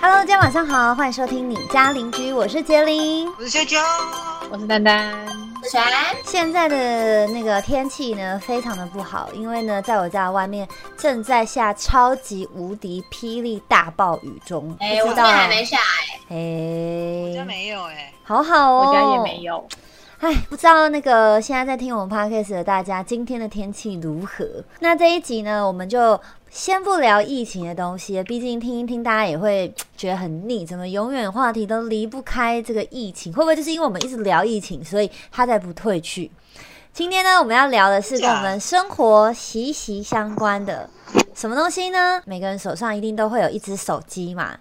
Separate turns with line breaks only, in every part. Hello，大家晚上好，欢迎收听你家邻居，我是杰林。
我是啾啾，
我是丹丹，
璇，
现在的那个天气呢，非常的不好，因为呢，在我家外面正在下超级无敌霹雳大暴雨中。
哎、
不
我
知
这
道啊
边还没下哎、
我家
哎，
没有哎、
好好哦，
我家也没。有。
哎，不知道那个现在在听我们 podcast 的大家，今天的天气如何？那这一集呢，我们就先不聊疫情的东西，毕竟听一听大家也会觉得很腻，怎么永远话题都离不开这个疫情？会不会就是因为我们一直聊疫情，所以它才不退去？今天呢，我们要聊的是跟我们生活息息相关的什么东西呢？每个人手上一定都会有一只手机嘛，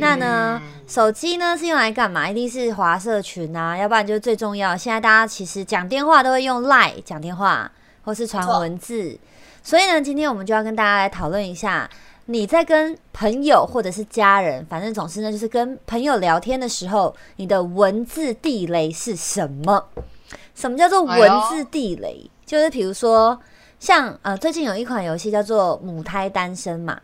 那呢，手机呢是用来干嘛？一定是划社群啊，要不然就是最重要。现在大家其实讲电话都会用 Line 讲电话，或是传文字。所以呢，今天我们就要跟大家来讨论一下，你在跟朋友或者是家人，反正总之呢，就是跟朋友聊天的时候，你的文字地雷是什么？什么叫做文字地雷？就是比如说，像呃，最近有一款游戏叫做《母胎单身》嘛。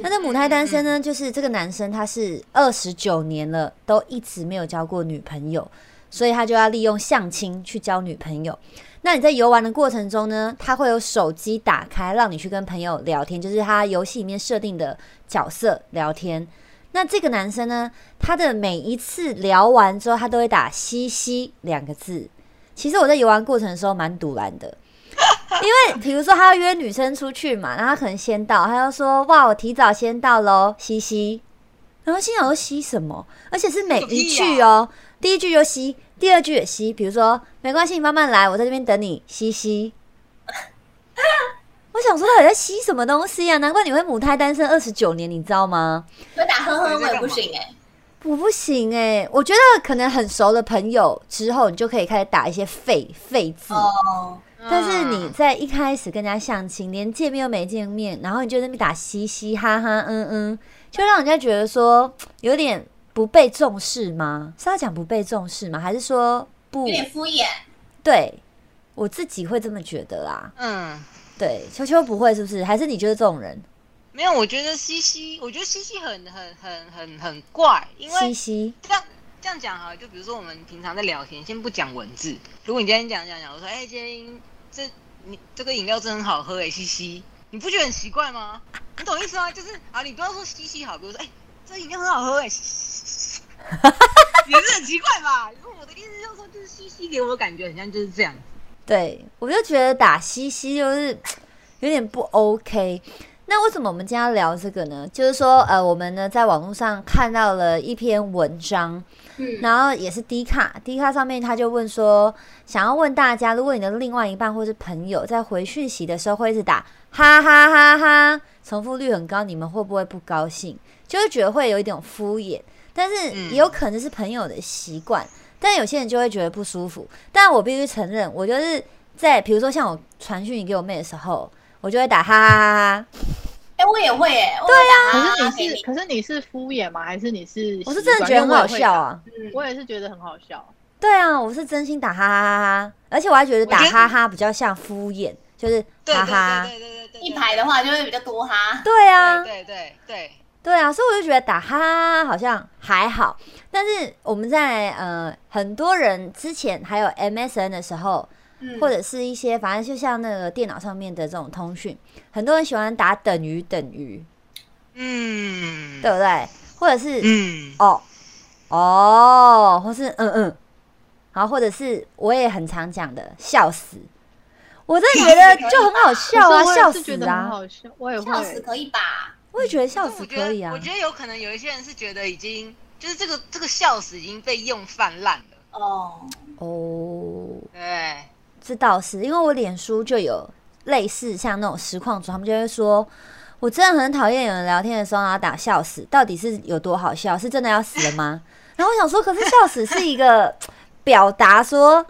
那这母胎单身呢，就是这个男生他是二十九年了，都一直没有交过女朋友，所以他就要利用相亲去交女朋友。那你在游玩的过程中呢，他会有手机打开，让你去跟朋友聊天，就是他游戏里面设定的角色聊天。那这个男生呢，他的每一次聊完之后，他都会打“嘻嘻”两个字。其实我在游玩过程的时候蛮堵然的，因为比如说他要约女生出去嘛，然后他可能先到，他就说：“哇，我提早先到喽，嘻嘻。”然后心想说：“嘻什么？”而且是每
个
一
屁
句哦，第一句就嘻，第二句也嘻。比如说：“没关系，你慢慢来，我在这边等你，嘻嘻。” 我想说到底在嘻什么东西啊？难怪你会母胎单身二十九年，你知道吗？
我打呵呵我也不行哎、
我不行哎、我觉得可能很熟的朋友之后，你就可以开始打一些废废字。啊
哦，
嗯
但是你在一开始跟人家相亲，连见面都没见面，然后你就在那边打嘻嘻哈哈嗯嗯，就让人家觉得说有点不被重视吗？是要讲不被重视吗？还是说不
有点敷衍。
对？我自己会这么觉得啦。
嗯，
对，秋秋不会是不是？还是你就是这种人？
没有，我觉得西西，我觉得西西很很很很很怪，因
嘻
为
嘻，
这样这样讲哈，就比如说我们平常在聊天，先不讲文字，如果你今天讲讲讲，我说哎、今天这你这个饮料真很好喝哎、西西，你不觉得很奇怪吗？你懂意思吗？就是啊，你不要说西西好，比如说哎、这饮料很好喝哎、嘻嘻， 也是很奇怪吧？我的意思就是说，就是西西给我的感觉很像就是这样。
对，我就觉得打西西就是有点不 OK。那为什么我们今天要聊这个呢？就是说，呃，我们呢在网络上看到了一篇文章，
嗯，
然后也是 D 卡，D 卡上面他就问说，想要问大家，如果你的另外一半或是朋友在回讯息的时候会一直打哈哈哈哈，重复率很高，你们会不会不高兴？就会觉得会有一种敷衍，但是也有可能是朋友的习惯，但有些人就会觉得不舒服。但我必须承认，我就是在比如说像我传讯息给我妹的时候，我就会打哈哈哈哈。
哎、我也会哎、
啊
我对
可
呀、
是
打
你
哈给
是，可是你是敷衍吗？还是你是习惯？
我是真的觉得很好笑啊！
你，嗯
因为我也会打，我也是觉得很好笑。
对啊，我是真心打哈哈哈哈，而且我还觉得打
我觉得
哈哈比较像敷衍，就是
对
哈
对
哈。
对对对对对，
一排的话就会比较多哈。
对啊，
对对对
对啊，所以我就觉得打哈哈好像还好，但是我们在呃很多人之前还有 MSN 的时候，
嗯，
或者是一些反正就像那个电脑上面的这种通讯，很多人喜欢打等于等于，
嗯，
对不对？或者是
嗯，
哦哦，或是嗯嗯，然后或者是我也很常讲的笑死，我真的觉得就很好笑 啊，
可是我
笑
也是觉
死
得很
啊，
好笑，我也
笑死
会。
可以吧？
我也觉得笑
但
死
我觉
可
得
以啊
我。觉得有可能有一些人是觉得已经就是这个这个笑死已经被用泛滥了，
哦，
哦，
对，
这倒是，因为我脸书就有类似像那种实况主，他们就会说。我真的很讨厌有人聊天的时候然后打笑死，到底是有多好笑？是真的要死了吗？然后我想说，可是笑死是一个表达说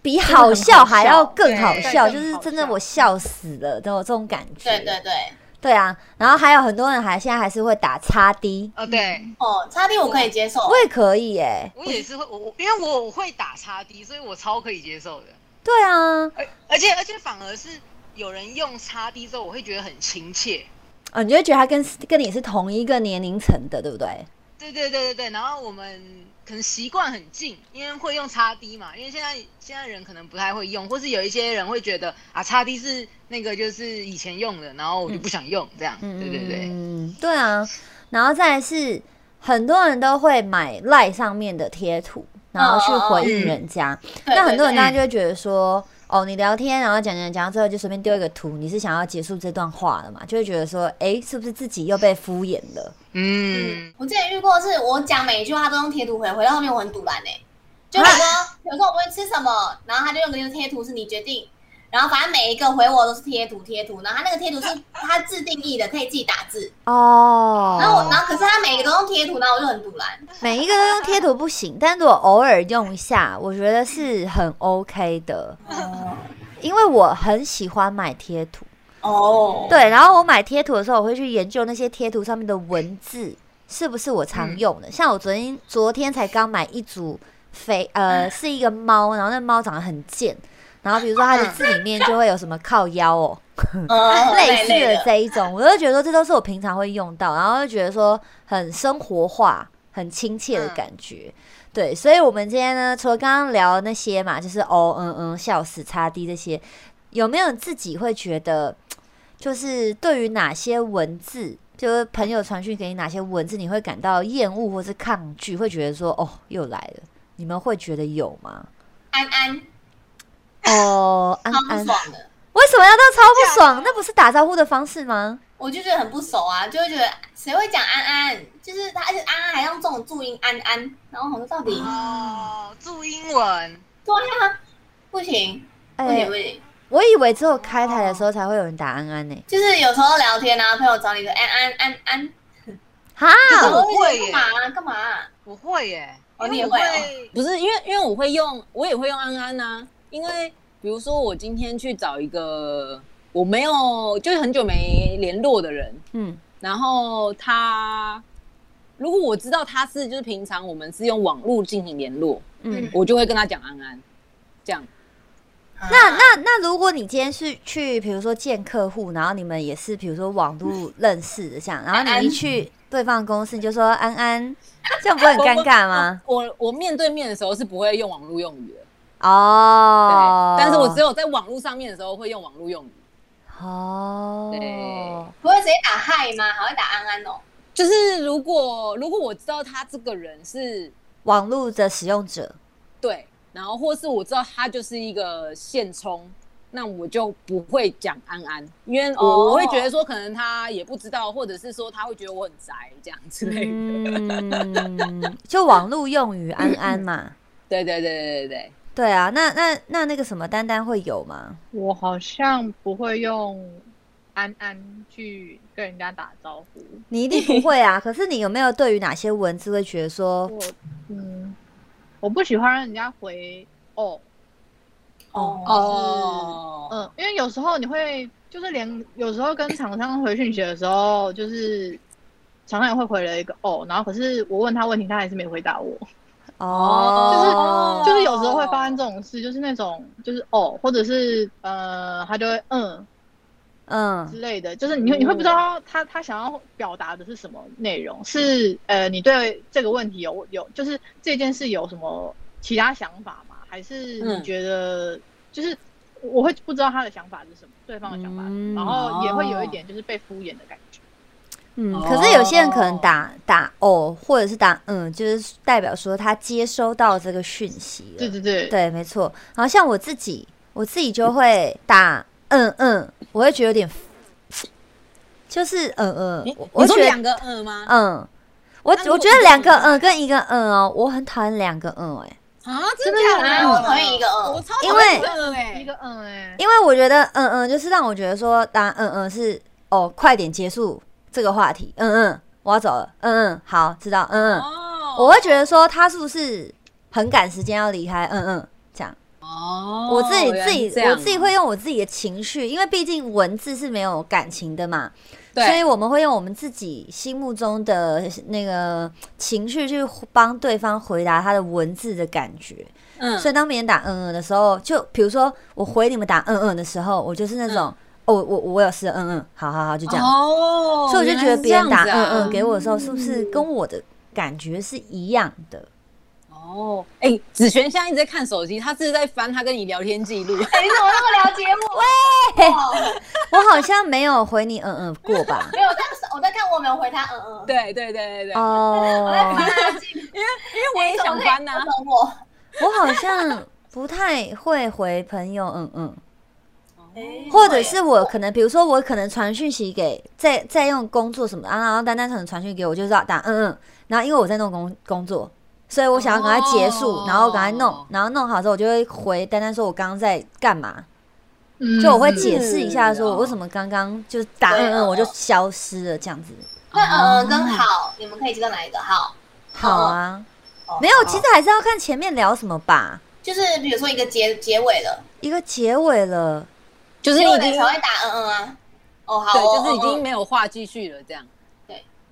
比好笑还要更好
对
笑，
更
就是
好
真的
笑
我笑死了的这种感觉。
对对对，
对啊，然后还有很多人还现在还是会打叉 D，
哦对，
哦，差点我可以接受。
我也可以耶、
我也是会我我因为我我会打叉 D，所以我超可以接受的，
对啊，
而而且而且反而是有人用叉 D 之后，我会觉得很亲切，
哦啊，你就会觉得他跟跟你是同一个年龄层的，对不对？
对对对对对，然后我们可能习惯很近，因为会用叉 D 嘛，因为现在现在人可能不太会用，或是有一些人会觉得啊叉 D 是那个就是以前用的，然后我就不想用这样，对对对，
嗯，对啊，然后再来是很多人都会买赖上面的贴图，然后去回应人家。
对
那很多人
对
当然就会觉得说，哦，你聊天然后讲讲讲，最后就随便丢一个图，你是想要结束这段话了嘛？就会觉得说，哎、是不是自己又被敷衍了？
嗯，
我之前遇过是，我讲每一句话都用贴图回，回到后面我很堵然呢、欸就
啊
比如说，比如说我们会吃什么，然后他就用个贴图是你决定，然后反正每一个回我都是贴图贴图，然后他那个贴图是他自定义的，可以自己打字，
哦，
然后我然后可是他每一个都用贴图，然后我就很堵然。
每一个都用贴图不行，但如果偶尔用一下，我觉得是很 OK 的，
哦
因为我很喜欢买贴图。
哦，
对，然后我买贴图的时候，我会去研究那些贴图上面的文字是不是我常用的。像我昨天昨天才刚买一组肥呃，是一个猫，然后那猫长得很贱，然后比如说它的字里面就会有什么靠腰哦，
嗯
类似的
的，
这一种，我就觉得说这都是我平常会用到，然后就觉得说很生活化、很亲切的感觉。对，所以我们今天呢，除了刚刚聊那些嘛，就是哦嗯嗯、笑死、擦 D 这些，有没有自己会觉得，就是对于哪些文字，就是朋友传讯给你哪些文字，你会感到厌恶或是抗拒，会觉得说哦又来了，你们会觉得有吗？
安安
哦，安
超
安
不，爽的，
为什么要到超不
这样
爽？那不是打招呼的方式吗？
我就觉得很不熟啊，就会觉得谁会讲安安，就是他，而且安安还用这种注音安安，然后我说到
嗯
底，
啊
哦，注英文，
对啊，不行，不
哎
行不行。
我以为只有开台的时候才会有人打安安呢、
就是有时候聊天啊，朋友找你说，安安安安，
哈，
可是
我
我
会
会
觉得
耶
干，嘛啊干嘛啊？
我会耶，
哦
因为
你也
我
会哦
嗯
会，
不是因为因为我会用，我也会用安安呐、因为比如说我今天去找一个我没有就是很久没联络的人，
嗯，
然后他如果我知道他是就是平常我们是用网络进行联络，
嗯
嗯
我就会跟他讲安安，这样
那
啊
那那，如果你今天是去，比如说见客户，然后你们也是，比如说网络认识的这样，然后你一去对方的公司，你就说安 安，这样不会很尴尬吗？
我我我面对面的时候是不会用网络用语的，对，
哦，
但是我只
有
有在网络上面的时候会用网络用语，
哦，
对
不会直接打嗨吗？还会打安安哦？
就是如果如果我知道他这个人是
网络的使用者，
对，然后或是我知道他就是一个现充，那我就不会讲安安，因为我、
哦
我会觉得说可能他也不知道，或者是说他会觉得我很宅这样之类的。
嗯，就网络用语安安嘛，
对对对对对
对啊，那那那那个什么丹丹会有吗？
我好像不会用安安去跟人家打招呼。
你一定不会啊！可是你有没有对于哪些文字会觉得说，
我嗯，我不喜欢让人家回哦，
哦
对，哦，
嗯，因为有时候你会就是连有时候跟厂商回讯息的时候，就是厂商也会回了一个哦，然后可是我问他问题，他还是没回答我，
哦，
就是有时候会发生这种事，就是那种就是哦，或者是呃，他就会嗯
嗯
之类的，就是你会你会不知道他他想要表达的是什么内容，是呃你对这个问题有有就是这件事有什么其他想法吗？还是你
嗯
觉得就是我会不知道他的想法是什么，对方的想法是什么，
嗯
然后也会有一
哦
点就是被敷衍的感觉。
嗯。
哦
可是有些人可能打打哦，或者是打嗯，就是代表说他接收到这个讯息
对
了。
对对，
对，没错。然后像我自己，我自己就会打嗯嗯，我会觉得有点，就是嗯嗯
你，
我
你
我
说
觉得
两个嗯吗？
嗯，我
那如果
我觉得两个嗯跟一个嗯哦，我很讨厌两个嗯哎。
啊，真的假
安安
的？
我讨厌一个
我
嗯，
超
因
讨
为
厌嗯哎
一，个嗯哎、
因为我觉得，嗯嗯，就是让我觉得说，答案嗯嗯是哦，快点结束这个话题，嗯嗯，我要走了，嗯嗯，好，知道，嗯嗯，
哦
我会觉得说他是不是很赶时间要离开，嗯嗯，这样，
哦，
我自己
原来
自
是
己
这样
我自己会用我自己的情绪，因为毕竟文字是没有感情的嘛，所以
对
我们会用我们自己心目中的那个情绪去帮对方回答他的文字的感觉。
嗯
所以当别人打嗯嗯的时候，就比如说我回你们打嗯嗯的时候，我就是那种、哦，我我我有事，嗯嗯，好好好，就这样。
嗯哦，
所以我就觉得别人打嗯嗯
原来是这样子啊
给我的时候，是不是跟我的感觉是一样的。
哦，哎、子璇现在一直在看手机，他是在翻他跟你聊天记录。
哎你怎么那么了解我？喂，？
我好像没有回你嗯嗯过吧
没有，我在我在看我有没有回他，嗯嗯，
对对对对 对，
我在
哦，
翻他的记录，
因为因为我也想
啊
翻啊呐、
你哎怎么可以不懂我。
我好像不太会回朋友嗯嗯。
哎
或者是我可能，比如说我可能传讯息给在在用工作什么啊，然后丹丹可能传讯给我，我就知道打嗯嗯，然后因为我在弄工工作，所以我想要赶快结束，
哦
然后赶快弄，然后弄好之后我就会回丹丹说我刚刚在干嘛，
嗯
就我会解释一下说
嗯
我为什么刚刚就打
对
嗯嗯
哦
我就消失了这样子，
那嗯嗯跟好，你们可以知道哪一个好？
好啊
哦，
没有，其实还是要看前面聊什么吧，
就是比如说一个结结尾了，
一个结尾了，
就是
结
你
尾
已
了
经
才会打嗯嗯啊。哦，好
对，
哦，
就是已
嗯
经
嗯
没有话继续了，这样。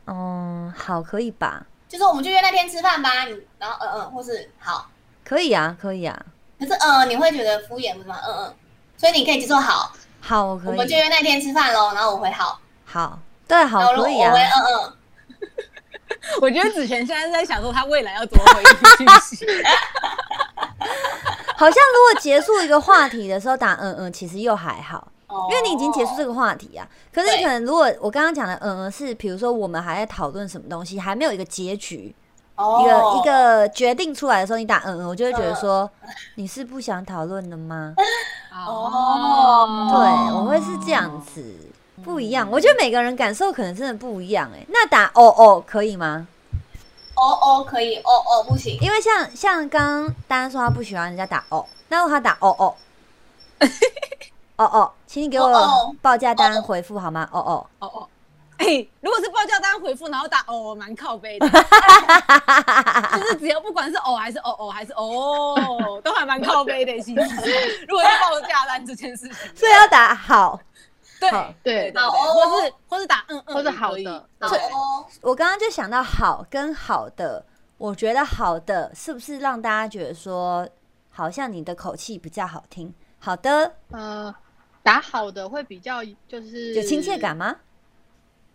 嗯，好，可以吧？
就是我们就约那天吃饭吧，你然后嗯嗯，或是好，
可以啊，可以啊，
可是嗯嗯你会觉得敷衍不是吗？嗯嗯，所以你可以接受好，
好，我
我
可
们就
以，
约那天吃饭喽，然后我回好，
好，对，
然
好，
后如
可
果
以
我
啊
回。嗯嗯，
我觉得子璇现在在想说他未来要怎么回你讯息。
好像如果结束一个话题的时候打嗯嗯，其实又还好，
哦
因为你已经结束这个话题啊。可是你
对
可能如果我刚刚讲的嗯嗯是，比如说我们还在讨论什么东西，还没有一个结局，一个
哦
一个决定出来的时候，你打嗯嗯，我就会觉得说你是不想讨论了吗？
哦
哦
对，我会是这样子，不一
嗯
样。我觉得每个人感受可能真的不一样哎、那打哦哦可以吗？
哦哦可以，哦哦不行，
因为像像刚刚丹丹说他不喜欢人家打哦，那如果他打哦哦，哦哦，请你给
哦
我
哦
报价单回复好吗？哦哦，
哦哦，哎、如果是报价单回复，然后打哦，蛮靠背 的，就是只要不管是哦还是哦哦还是哦，都还蛮靠背的。其实，如果是报价单这件事情，
所以要打好。
对
好
对对对，
好哦
或是或是打嗯嗯，
或是好的
也
哦
可以对
哦
我刚刚就想到好跟好的，我觉得好的是不是让大家觉得说，好像你的口气比较好听？好的，
呃打好的会比较就是
有亲切感，吗？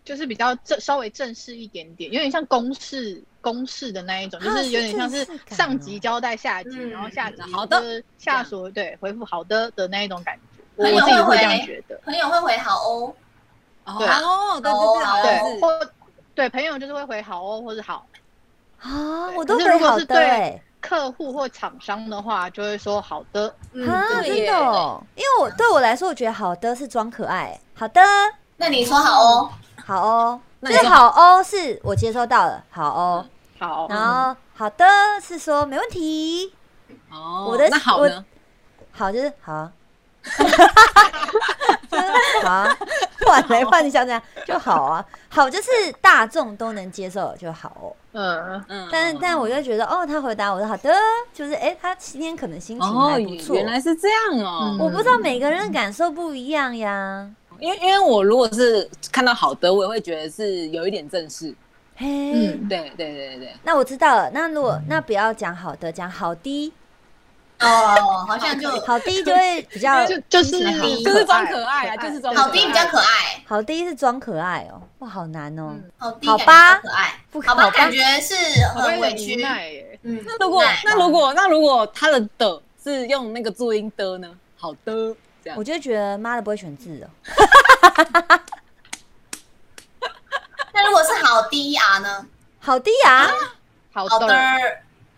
就是比较正稍微正式一点点，有点像公式公式的那一种，就
啊
是有点像
是
是
正式感哦
上级交代下级，
嗯
然后下级
好的
就是下属对回复好的的那一种感觉，我
朋友
我自己
会
会这样
回
觉得。
朋友会回好哦，
哦
对
对对
哦
对，好像
对，
是
或对朋友就是会回好哦，或是好。
啊，
对
我都
可是
回
如果
好
是
的
对
哎、
客户或厂商的话，就会说好的，
欸，
嗯
啊，
对
真
耶
的、哦，因为我对我来说，我觉得好的是装可爱，好的，
那你说好哦，
好哦，
那
就
你
是
说
好哦，是我接收到了，好哦，
嗯
好，
然后好的是说没问题，
哦，
我的
那好呢？
好就是好 啊，就是好啊，换来换去像这样就好啊，好就是大众都能接受就好哦。
嗯，
嗯，
但但我就觉得哦，他回答我说好的，就是哎、他今天可能心情
哦，
还不错。嗯
原来是这样哦。
我不知道每个人的感受不一样呀。
因为因为我如果是看到好的，我也会觉得是有一点正式。
嘿，
嗯
对对对对，
那我知道了。那如果那不要讲好的，讲好的，
哦，好像就
嗯好的就会比较
就就是
好
可爱
就是装可爱啊就是装
好的比较可爱，
好的是装可爱哦，哇，好难哦。
嗯
好的
好
感觉
吧
比较可爱，
不
好
好
吧，
吧
感觉是
好像
很
有
委
点无
屈，
奈耶。
嗯，
那如果
无奈
那如果那如果他的的是用那个注音的呢？好的，这样
我就觉得妈的不会选字哦。
那如果是好 D R 呢？
好啊的
啊
呀，
好
好
的
的，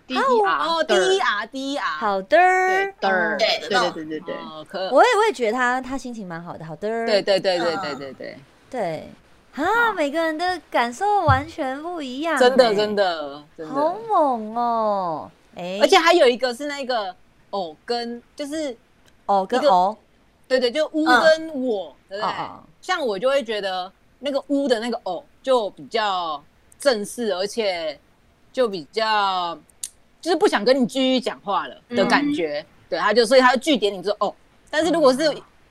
，D E R，
哦
的
，D R D R，
啊好的，
对的，
哦
对
对的
对对对对，
哦，可
我也我也觉得他他心情蛮好的，好的，
对对对对对对对，
对啊，每个人的感受完全不一样，
真的
哎
真，的真
好
的，
猛哦，哎，
而且还有一个是那个哦跟就是
哦跟
一个
哦，
对对，就乌跟我，对
嗯
不对
哦哦？
像我就会觉得那个乌的那个哦，就比较正式，而且就比较就是不想跟你继续讲话了的感觉。对，他就所以他就据点你说哦，但是如果是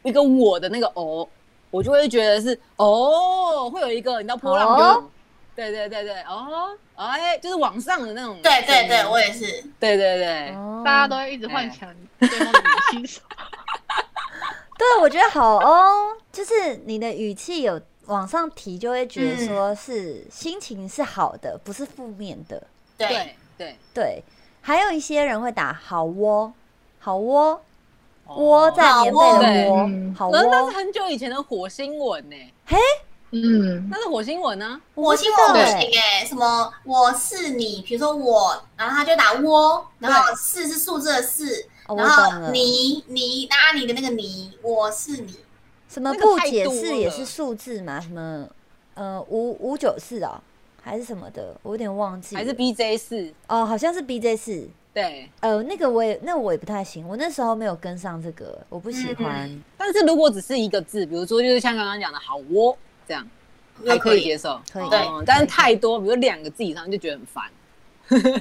一个我的那个哦，我就会觉得是哦，会有一个你知道波浪就。
哦
对对对对，哦，哎，就是往上的那种声音。
对对对，我也是，
对对对，
哦
大家都会一直
哎
幻想对方的语气是什么，
对，我觉得好哦，就是你的语气有往上提，就会觉
嗯
得说是心情是好的，不是负面的。
对，
对对，
对，还有一些人会打好窝，好窝
哦
窝在棉被的
好嗯
窝
窝对，
好
哦可是那
窝
是。很久以前的火星文呢、
嗯，
那是火星文呢、
我
不
新
知
闻
道
不
欸
行哎，什么我是你，比如说我，然后他就打窝，然后四是数字的四，
哦我
然
懂
后
了，
你你那你的那个你，我是你，
什么
那个
不
太
解
多
释也
了
是数字嘛？什么呃五五九四啊，还是什么的，我有点忘记了。
还是 BJ 四？
哦，好像是 BJ 四。
对。
呃，那个我也那个我也不太行，我那时候没有跟上这个，我不喜
嗯
欢。
但是如果只是一个字，比如说就是像刚刚讲的好窝这样，还可以接受，
可以
哦但是太多，比如两个字以上就觉得很烦。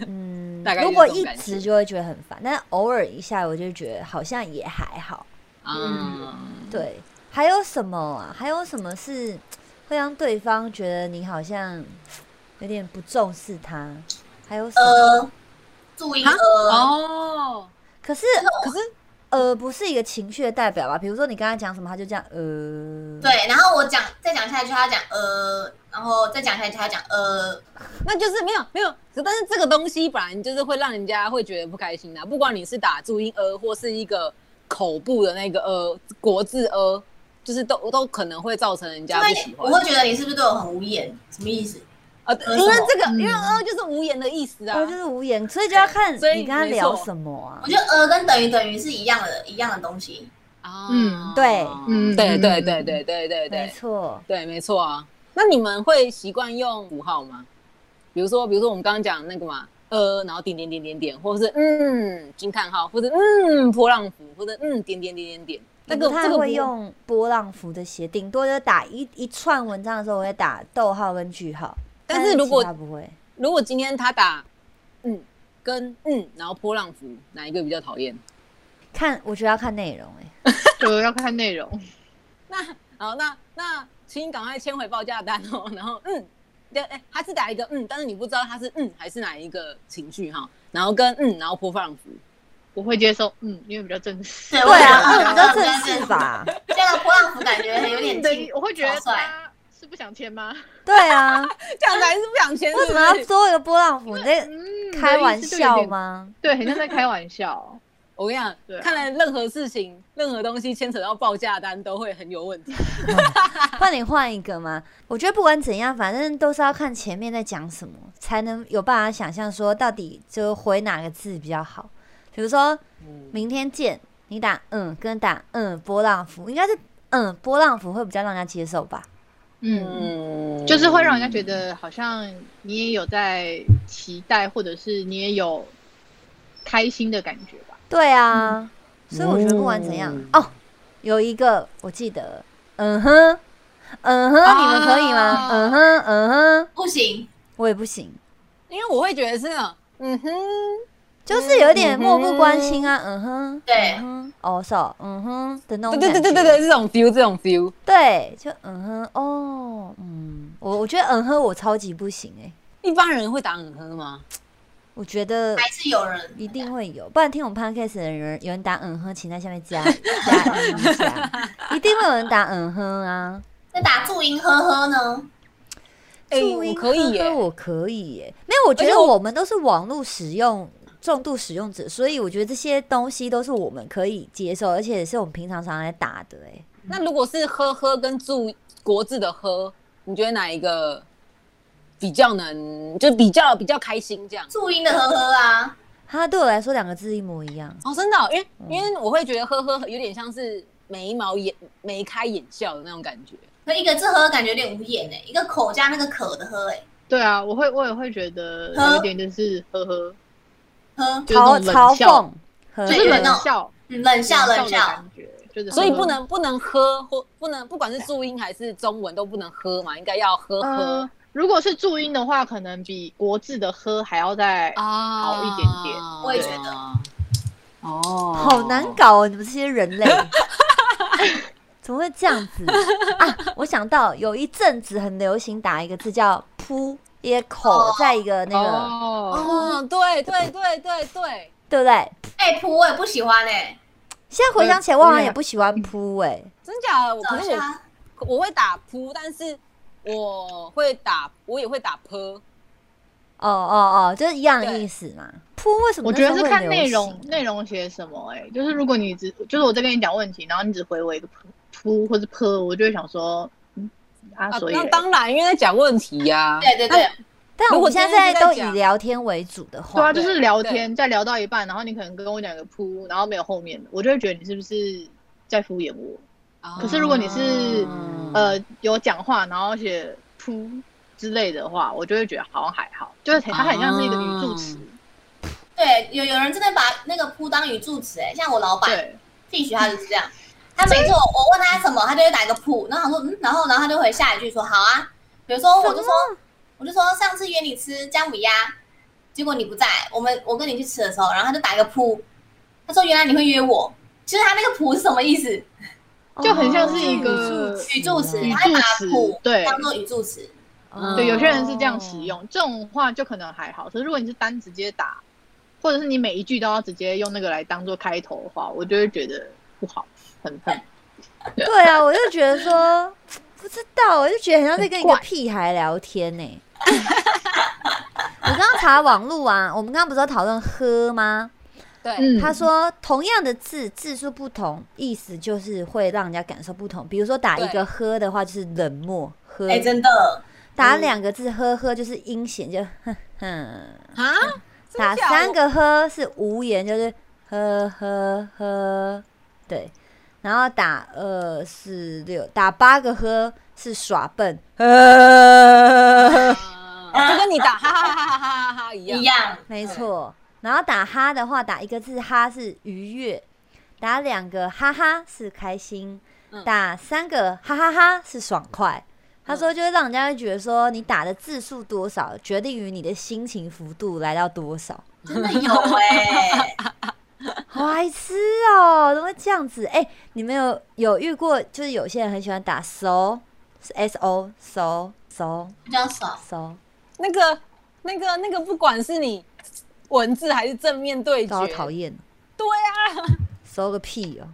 嗯
大概，就
如
是
果
这种
一
感
直
觉
就会觉得很烦，但是偶尔一下我就觉得好像也还好。
嗯，
对，还有什么啊？还有什么是会让对方觉得你好像有点不重视他？还有什么？
呃，注音
啊
呃，
哦，
可是
可是
呃，不是一个情绪的代表吧？比如说你跟他讲什么，他就这样呃，，
对，然后我讲再讲下去，他讲呃，然后再讲下去，他讲呃，
那就是没有没有，可但是这个东西本来就是会让人家会觉得不开心的啊、不管你是打注音呃，或是一个口部的那个呃国字呃，就是都都可能会造成人
就
家不喜
会我
欢
会觉得你是不是对我很无言，什么意思？
啊，
呃
因为
什么
这个
嗯
因为呃就是无言的意思啊
哦，，就是无言，所以就要看
所以
你跟他
没
聊
错
什么啊
我。觉得呃跟等于等于是一样的，一样的东西。
啊
嗯
对
嗯，
嗯
对
嗯
对
嗯
对对对
没
对对，
错，
对，没错啊。那你们会习惯用符号吗？比如说，比如说我们刚刚讲那个嘛，呃，然后点点点点点，或者是嗯惊叹号，或者嗯波浪符，或者嗯点点点点点。那个
我不太
这个
会
不
用波浪符的写，顶多就打一一串文章的时候，我会打逗号跟句号。
但
但
是如
其
果
他不会，
如果今天他打嗯跟嗯，然后波浪符，哪一个比较讨厌？
看我觉得要看内容哎、
就要看内容。
那好，那那请你赶快签回报价单哦。然后嗯，对，哎，他是打一个嗯，但是你不知道他是嗯还是哪一个情绪哈。然后跟嗯，然后波浪符，
我会接受，嗯，因为比较正式。
对
对啊，
我
嗯，
也觉
比
得
较正式吧？
这个波浪符感觉有点
对，
近，
我会觉得
草率。
他是不想签吗？
对 啊，
这样子还是不想签，
为什
是
么
不
要
是
做一个波浪符？你在
嗯，
开玩笑
你的意思就有点？
吗？
对，很像在开玩笑。
我跟你讲，
对啊
看来任何事情、任何东西牵扯到报价单都会很有问题。
换你换一个嘛？我觉得不管怎样，反正都是要看前面在讲什么，才能有办法想象说到底就回哪个字比较好。比如说明天见，你打嗯跟打嗯波浪符，应该是嗯波浪符会比较让人家接受吧？
嗯，
嗯，
就是会让人家觉得好像你也有在期待，或者是你也有开心的感觉吧。
对啊，所以我觉得不管怎样、哦，有一个我记得，嗯哼，嗯哼，你们可以吗
啊？
嗯哼，嗯哼，
不行，
我也不行。
因为我会觉得是那种，嗯哼，
就是有点漠不关心啊，嗯哼，
对
嗯哼，哦，是哦，嗯哼的那种
对对对对对
对
对，这种 feel，这种 feel，
对，就嗯哼，哦，嗯，我我觉得嗯哼我超级不行哎、
一般人会打嗯哼吗？
我觉得
还是有人
一定会有，不然听我们 podcast 的人有人打嗯哼，请在下面加加嗯一下，一定会有人打嗯哼啊。
那打注音呵呵呢？
哎
注音
我可以耶
呵呵我可以耶，没有，我觉
而且
得
我
我们都是网络使用。重度使用者，所以我觉得这些东西都是我们可以接受，而且也是我们平常常来打的、哎，
嗯
那如果是呵呵跟注国字的呵，你觉得哪一个比较能，就比较比较开心这样？
注音的呵呵啊，
它对我来说两个字一模一样。
哦，真的哦、因为、
嗯
因为我会觉得呵呵有点像是眉毛眼眉开眼笑的那种感觉。
可一个字呵感觉有点无言哎、一个口加那个可的呵哎、
对啊，我会我也会觉得有一点就是呵呵，
呵，
就是那
嘲嘲
种冷笑，
讽和
就是冷
对
笑，
嗯冷笑冷
的
笑，
感觉，就是呵呵
所以不能不能喝或不能，不管是注音还是中文都不能喝嘛，应该要喝喝
呃，如果是注音的话，可能比国字的呵还要再
啊
好一点点
我也觉
得。哦，
好难。搞哦，你们这些人 类，怎么会这样子啊？我想到有一阵子很流行打一个字叫“扑”，一个口
哦
在一个那个，
哦，
哦，对对对对对，
对不对？
哎、噗我也不喜欢哎、
现在回想起来，
嗯
我好像也
嗯
不喜欢“扑”哎，
真假的？我
等
可
一
是我
下，
我会打扑，但是我会打，我也会打坡。
哦哦哦，就是一样的意思嘛。扑为什么
我
那
觉
时
得
候会
是
流行啊？
看内容，内容写什么、哎，就是如果你只就是我在跟你讲问题，然后你只回我一个扑扑或是泼，我就会想说，嗯啊，
啊，
所以
那
嘞
当然，因为在讲问题呀、
对对对，
但
如
我
果
们现
今天
在
是在
都以
讲
聊天为主的
对
话
啊，，
对
就是聊天，再聊到一半，然后你可能跟我讲个扑，然后没有后面的，我就会觉得你是不是在敷衍我？
啊
可是如果你是
嗯
呃有讲话，然后写扑之类的话，我就会觉得好像还好，就是它它很像是一个语助词，
对，有有人真的把那个扑当语助词，哎，像我
哦
老板
对
Fish 他就是这样，他每次我我问他什么，他就会打一个扑，然后我说嗯，然后然后他就回下一句说好啊，比如说我就说我就说上次约你吃姜母鸭，结果你不在，我们我跟你去吃的时候，然后他就打一个扑，他说原来你会约我，其实他那个扑是什么意思？
就很像是一
哦
个
语助词，
嗯
语
他会
助
把
词
扑
对
当做语助词，
哦
对，有些人是这样使用，这种话就可能还好。可是如果你是单直接打，或者是你每一句都要直接用那个来当做开头的话，我就会觉得不好，很很
对啊，我就觉得说不知道，我就觉得很像在跟一
很
个
怪
屁孩聊天呢、 我刚刚查网络啊，我们刚刚不是有讨论喝吗？
对，
嗯，
他说同样的字字数不同，意思就是会让人家感受不同。比如说打一
对
个喝的话，就是冷漠喝；
哎，真的，
打两个字呵呵，就是阴险，就哼哼。
啊，真
打
假
三
我
个呵是无言，就是呵呵呵，对。然后打二四六，打八个呵是耍笨，呵，
啊就跟你打哈哈哈哈哈哈哈一样
一，样，
没错。然后打哈的话，打一个字哈是愉悦，打两个哈哈是开心，
嗯
打三个哈哈哈是爽快。他说，就是让人家会觉得说，你打的字数多少，决定于你的心情幅度来到多少。
真的有哎，
好爱吃哦，怎么会这样子？哎、你们有有遇过，就是有些人很喜欢打 so s o so so
比较少。
so
那个、那个、那个，不管是你文字还是正面对决，
高讨厌
对啊，
，so 个屁哦！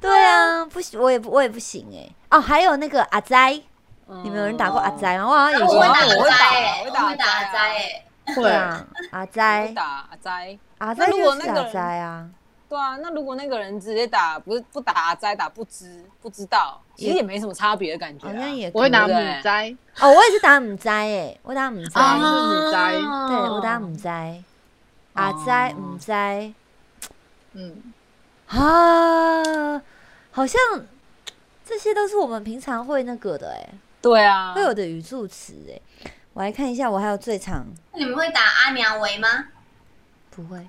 对啊，不行，我也不我也不行哎、哦，还有那个阿斋，你们有人打过阿
嗯
斋吗？我好像
啊
有
我会打
哦我
过
会
阿
打
灾，哎
我会
我会
打
打阿
阿
对啊，阿斋
会
灾，哎，
斋啊欸我会，打阿斋，
阿斋
那如果
就是
那
阿
个人
斋啊，
对啊，那如果那个人直接打不是不打阿斋，打不知不知道，其实
也
也没什么差别的感觉、啊，
好像也
我会打
可以
母
对
斋，
哦，我也是打母斋哎，我打母斋，
啊
哦
是母斋
对我打母斋，阿斋
哦
母斋。
嗯，
啊，好像这些都是我们平常会那个的哎、
对啊，
会有的语助词哎、我来看一下，我还有最长
那你们会打阿娘为吗？
不会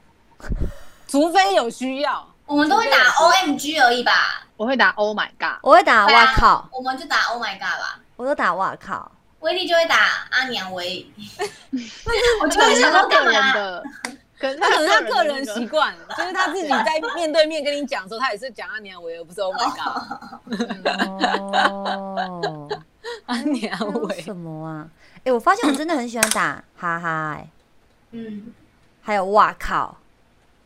除非有需要，
我们都会打 O M G 而已吧，
我会打 Oh my god，
我会打
对啊
哇靠，
我们就打 Oh my God 吧。
我都打哇靠。
威力就会打阿娘为， 我就
可
会
能是
想
他
说干
个人
嘛？
的，可能
那可能他个
的
人
那
习惯，就是他自己在面对面跟你讲的时候，他也是讲阿娘维，而不是 Oh my God，
哦，
阿娘
还有
维
什么啊？哎、我发现我真的很喜欢打哈哈、欸，
嗯，
还有哇靠，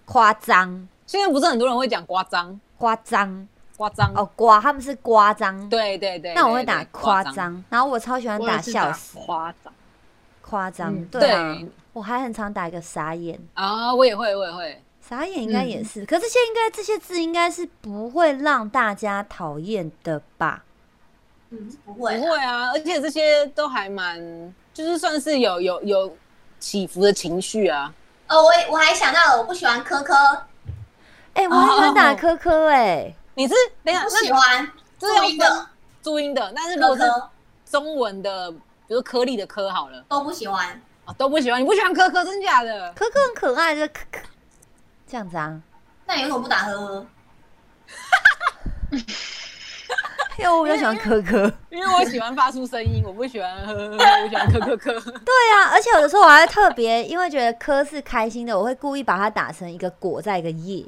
夸张
现在不是很多人会讲夸张，
夸张
夸张，
哦，瓜他们是夸张，
嗯对对对，
那我会
对
打
对
夸，张，然后我超喜欢
我
打
也是
笑
打
死，
夸张，
夸张，
嗯
对啊，
对
我还很常打一个傻眼。
啊，我也会，我也会，
傻眼应该也是，可这些应该这些字应该是不会让大家讨厌的吧？
嗯，不
不
会啊，
会啊，而且这些都还蛮，就是算是有有有起伏的情绪啊，
哦，我也我还想到了，我不喜欢科科，
哎、我很喜欢打科科哎、
你是等一下
不
那
喜欢
这要
注音的
注音的，但是如
科
果是
科
中文的，比如颗粒的颗好了，
都不喜欢，
啊都不喜欢，你不喜欢科科，真假的？
科科很可爱，就科科这样子啊，
那你为什么不打呵呵？
因哎为我比较喜欢科科。
因为我喜欢发出声音，我不喜欢呵呵呵，我喜欢咳咳咳。
对啊，而且有的时候我还会特别，因为觉得科是开心的，我会故意把它打成一个果在一个叶。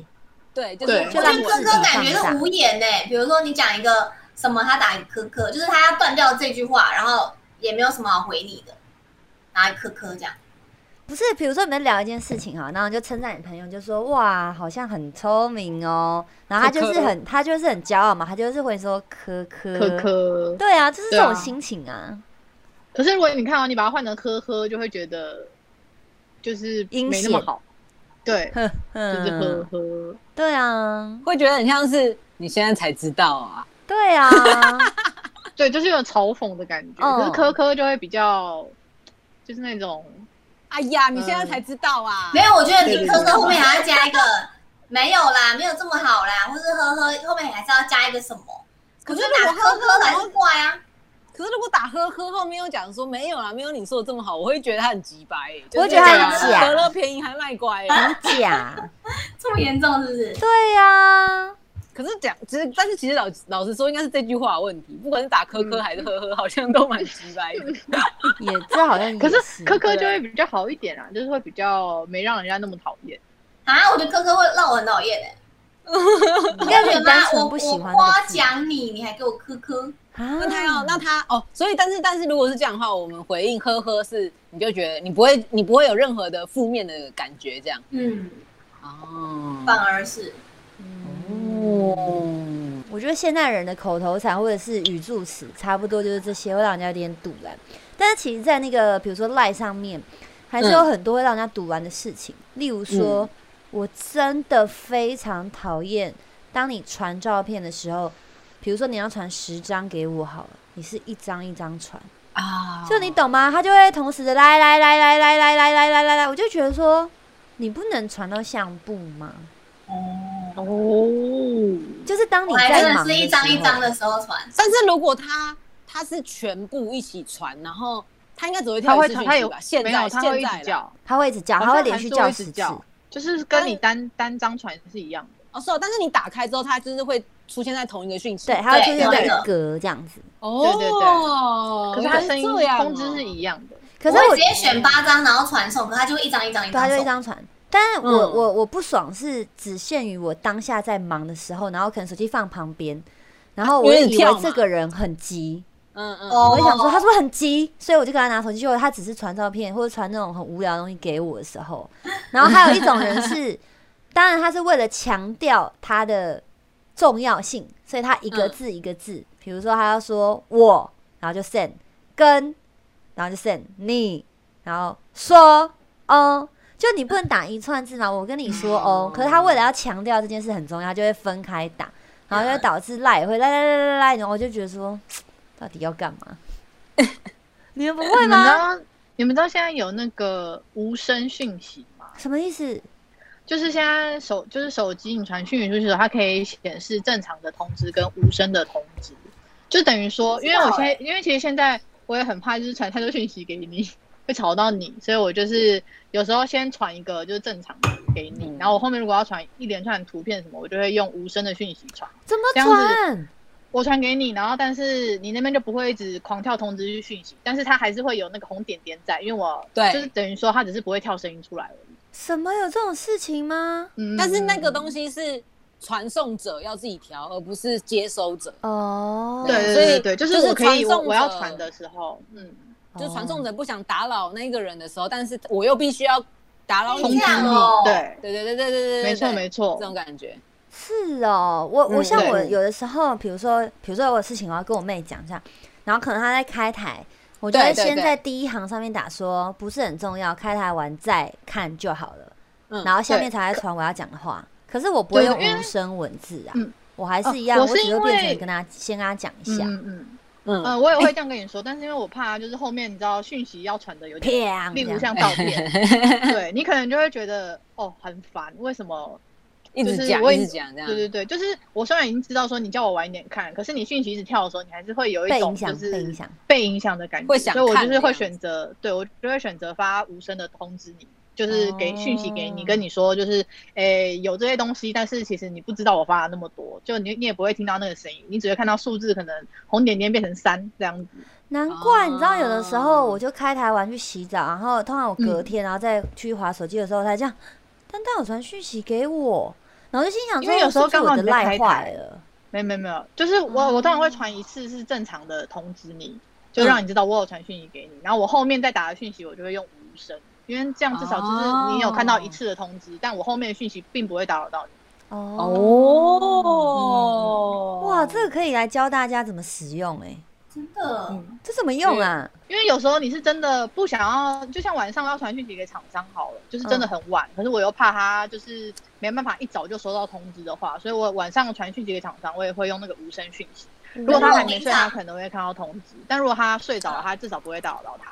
对，就
对
是
我
就
觉
让
得
我
科
自己
科感觉
放大
是无言呢、比如说你讲一个什么，他打一个科科，就是他要断掉这句话，然后也没有什么好回你的，拿一科科这样。
不是，比如说你们聊一件事情哈，然后你就称赞你朋友，就说哇，好像很聪明哦，然后他就是很他就是很骄傲嘛，他就是会说科科
科科。
对啊，就是这
对
种
啊
心情啊，
可是如果你看到哦你把它换成呵呵，就会觉得就是
阴
没那么
险嗯
好。对，
呵
就是呵
呵，
呵。
对啊，
会觉得很像是你现在才知道啊，
对啊，
对，就是有嘲讽的感觉。
哦
可是科科就会比较，就是那种
哎呀，你现在才知道啊，
没有，我觉得林科科后面还要加一个，没有啦，没有这么好啦，或是呵呵后面还是要加一个什么？我
可
觉
是
得打
如果
科
呵
科
呵，然
才
后
是怪啊。
可是如果打呵呵后面又讲说没有啦，没有你说的这么好，我会觉得他很鸡白、欸，
我会
就是
觉得
他很
讲
假
得了便宜还卖乖、欸。
很假，
这么严重是不是？
对啊，
可是讲其实，但是其实老老实说，应该是这句话的问题，不管是打呵呵还是呵呵，好像都蛮鸡白的。
也这好像也
可是
是
科科就会比较好一点啦，啊就是会比较没让人家那么讨厌。
啊，我觉得科科会让我很讨厌的。
应该是
我觉
你
得
单
啊我
纯
我
不喜欢
夸
那个字
奖你，你还给我科科，
啊
那他要，那他哦，所以但是但是如果是这样的话，我们回应呵呵是，你就觉得你不会你不会有任何的负面的感觉这样
嗯，
哦
反而是
哦，
我觉得现代人的口头禅或者是语助词，差不多就是这些，会让人家有点堵然。但是其实，在那个比如说赖上面，还是有很多会让人家堵然的事情，例如说，我真的非常讨厌当你传照片的时候，比如说你要传十张给我好了，你是一张一张传，
啊，
就你懂吗？他就会同时的来来来来来来来来来来来，我就觉得说，你不能传到相簿吗？
哦，
就是当你
我还
在
真的
忙
是一张一张
的时
的时候传，
但是如果他他是全部一起传，然后他应该只会
他
跳
会
一次
他
讯
他
息
有
吧？现
没有
在
他会
现
一
在
直
啦
叫
候，，他会一直叫，
好
他会
像
连
还
续
是会
叫
一
十次。
直叫，就是跟你单单张传是一样的。
哦是哦，但是你打开之后，它就是会出现在同一个讯息，
对，它会出
对
现在
对
一格这样子。
哦，
对对
对
可是他声音通知是
哦是哦
一样的。
可是
我
我
会直接选八张然后传送，可他就会一张一张一
对，啊它
张
就一
送。
张传。但是我、
嗯
我我不爽是只限于我当下在忙的时候，然后可能手机放旁边，然后我
因为你
以
跳
为
嘛
这个人很急，
嗯嗯，
哦
我就想说他是不是很急，所以我就跟他拿手机，结果他只是传照片或者传那种很无聊的东西给我的时候，然后还有一种人是，当然他是为了强调他的重要性，所以他一个
嗯
字一个字，比如说他要说我，然后就 send 跟，然后就 send 你，然后说哦。就你不能打一串字嘛，我跟你说哦，可是他为了要强调这件事很重要，他就会分开打，然后就会导致赖也会赖赖赖赖赖，然后我就觉得说，到底要干嘛？你们不会
你们知
吗？
道你们知道现在有那个无声讯息吗？
什么意思？
就是现在手就是手机你传讯息出去的时候，它可以显示正常的通知跟无声的通知，就等于说，因为我现
欸
在因为其实现在我也很怕就是传太多讯息给你 会吵到你，所以我就是有时候先传一个就是正常的给你，
嗯
然后我后面如果要传一连串图片什么，我就会用无声的讯息传。
怎么
这样子
传？
我传给你，然后但是你那边就不会一直狂跳通知讯息，但是它还是会有那个红点点在，因为我
对
就是等于说它只是不会跳声音出来而已。
什么有这种事情吗？
嗯
但是那个东西是传送者要自己调，而不是接收者。
哦，
对对
所以
对对，就是
就是
我可以
传
我
送
我要
者
传的时候，嗯，
就是传送者不想打扰那个人的时候，但是我又必须要打扰
通
你
知哦
对，
对对对对对对，
没错
对
没错
这，种感觉。
是哦，我我
嗯
像我
对
有的时候，比如说比如说我有事情我要跟我妹讲一下，然后可能她在开台，我就
对
会
对
先
对
在第一行上面打说不是很重要，开台完再看就好了，
嗯
然后下
对
面才会传我要讲的话。可是我不会用
对因为
无声文字啊
嗯，
我还
哦
是一样，
我
我
是
只
因
会变
为
成跟她先跟她讲一下，
嗯嗯嗯，
嗯，
呃，我也会这样跟你说，但是因为我怕就是后面你知道讯息要传的有点
啪，
例
这
如
样
像照片，对你可能就会觉得哦很烦，为什么？
一
就
直
是
讲
我
一
已
直
经
讲这样。
对对对，就是我虽然已经知道说你叫我晚一点看，可是你讯息一直跳的时候，你还是会有一
被
种
影
就
响，
是
被影响。
被影响的感觉，
会想
所以我
看
就是会
这样
选择，对我就会选择发无声的通知你，就是给
哦
讯息给你，跟你说就是，诶、有这些东西，但是其实你不知道我发了那么多，就你你也不会听到那个声音，你只会看到数字可能红点点变成三这样子，
难怪你知道，有的时候
哦
我就开台完去洗澡，然后通常我隔
嗯
天然后再去划手机的时候，他这样，丹丹有传讯息给我，然后就心想
因
说，
为有时候
是不是
刚好
我
你
的
在
赖
开台
坏了，
没有没有没有，就是我、我当然会传一次是正常
嗯
的通知你，就让你知道我有传讯息给你，然后我后面再打的讯息我就会用无声，因为这样至少就是你有看到一次的通知，但我后面的讯息并不会打扰到你。
哦，
哇，这个可以来教大家怎么使用哎、
真的，
这怎么用啊？
因为有时候你是真的不想要，就像晚上要传讯息给厂商好了，就是真的很晚，可是我又怕他就是没办法一早就收到通知的话，所以我晚上传讯息给厂商，我也会用那个无声讯息。
如
如果他还没睡，
那如果平常
他可能会看到通知，但如果他睡着了，他至少不会打扰到他。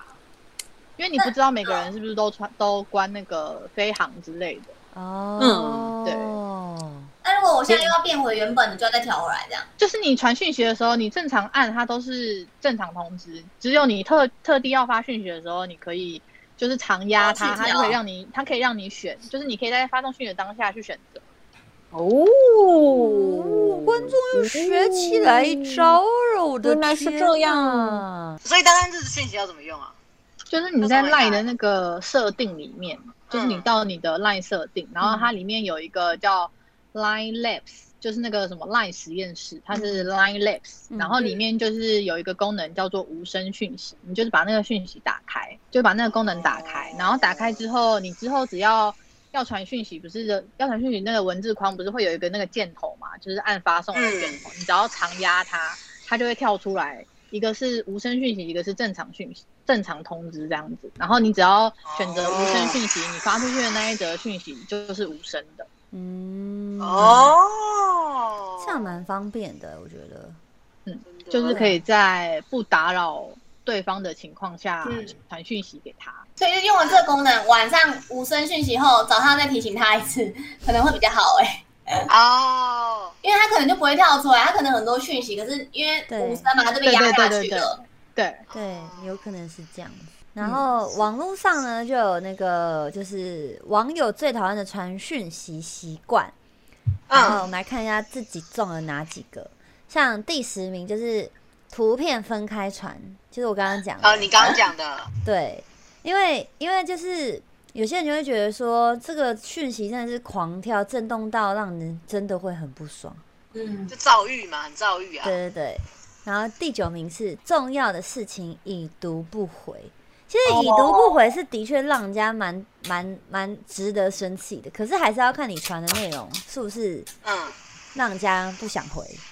因为你不知道每个人是不是都穿都关那个飞行之类的，嗯
哦，
那如果我现在又要变回原本的，就要再调回来这样。
就是你传讯息的时候，你正常按它都是正常通知，只有你特特地要发讯息的时候，你可以就是长压它，
哦去
它
调
就可以让你，它可以让你选，就是你可以在发送讯息的当下去选择。
哦，
哦观众又学起来一招了，我的
原来是
天
这样
啊
所以单单这次讯息要怎么用啊？
就是你在 LINE 的那个设定里面，就是你到你的 LINE 设定，然后它里面有一个叫 LINE Labs，就是那个什么 LINE 实验室，它是 LINE Labs，、
嗯
然后里面就是有一个功能叫做无声讯息，你就是把那个讯息打开，就把那个功能打开，然后打开之后，你之后只要要传讯息，不是要传讯息那个文字框不是会有一个那个箭头嘛，就是按发送的箭头，你只要长压它，它就会跳出来，一个是无声讯息，一个是正常讯息，正常通知这样子。然后你只要选择无声讯息，你发出去的那一则讯息就是无声的。
嗯，，
哦，
这样蛮方便的，我觉得。
真的
就是可以在不打扰对方的情况下
嗯
传讯息给他。
所以就用了这个功能，晚上无声讯息后，早上再提醒他一次， 可能会比较好哎、
哦，
因为他可能就不会跳出来，他可能很多讯息，可是因为
对
无声嘛，他就被压下去了。
对，
对，有可能是这样子。然后网络上呢，就有那个就是网友最讨厌的传讯息习惯。
嗯
然后我们来看一下自己中了哪几个。像第十名就是图片分开传，就是我刚刚讲的。
呃，你刚刚讲的，
对，因为因为就是有些人就会觉得说，这个讯息真的是狂跳，震动到让人真的会很不爽。
嗯，
就躁郁嘛，很躁郁啊。
对对对。然后第九名是重要的事情已读不回。其实已读不回是的确让人家蛮蛮蛮值得生气的，可是还是要看你传的内容是不是
嗯，
让人家不想回，嗯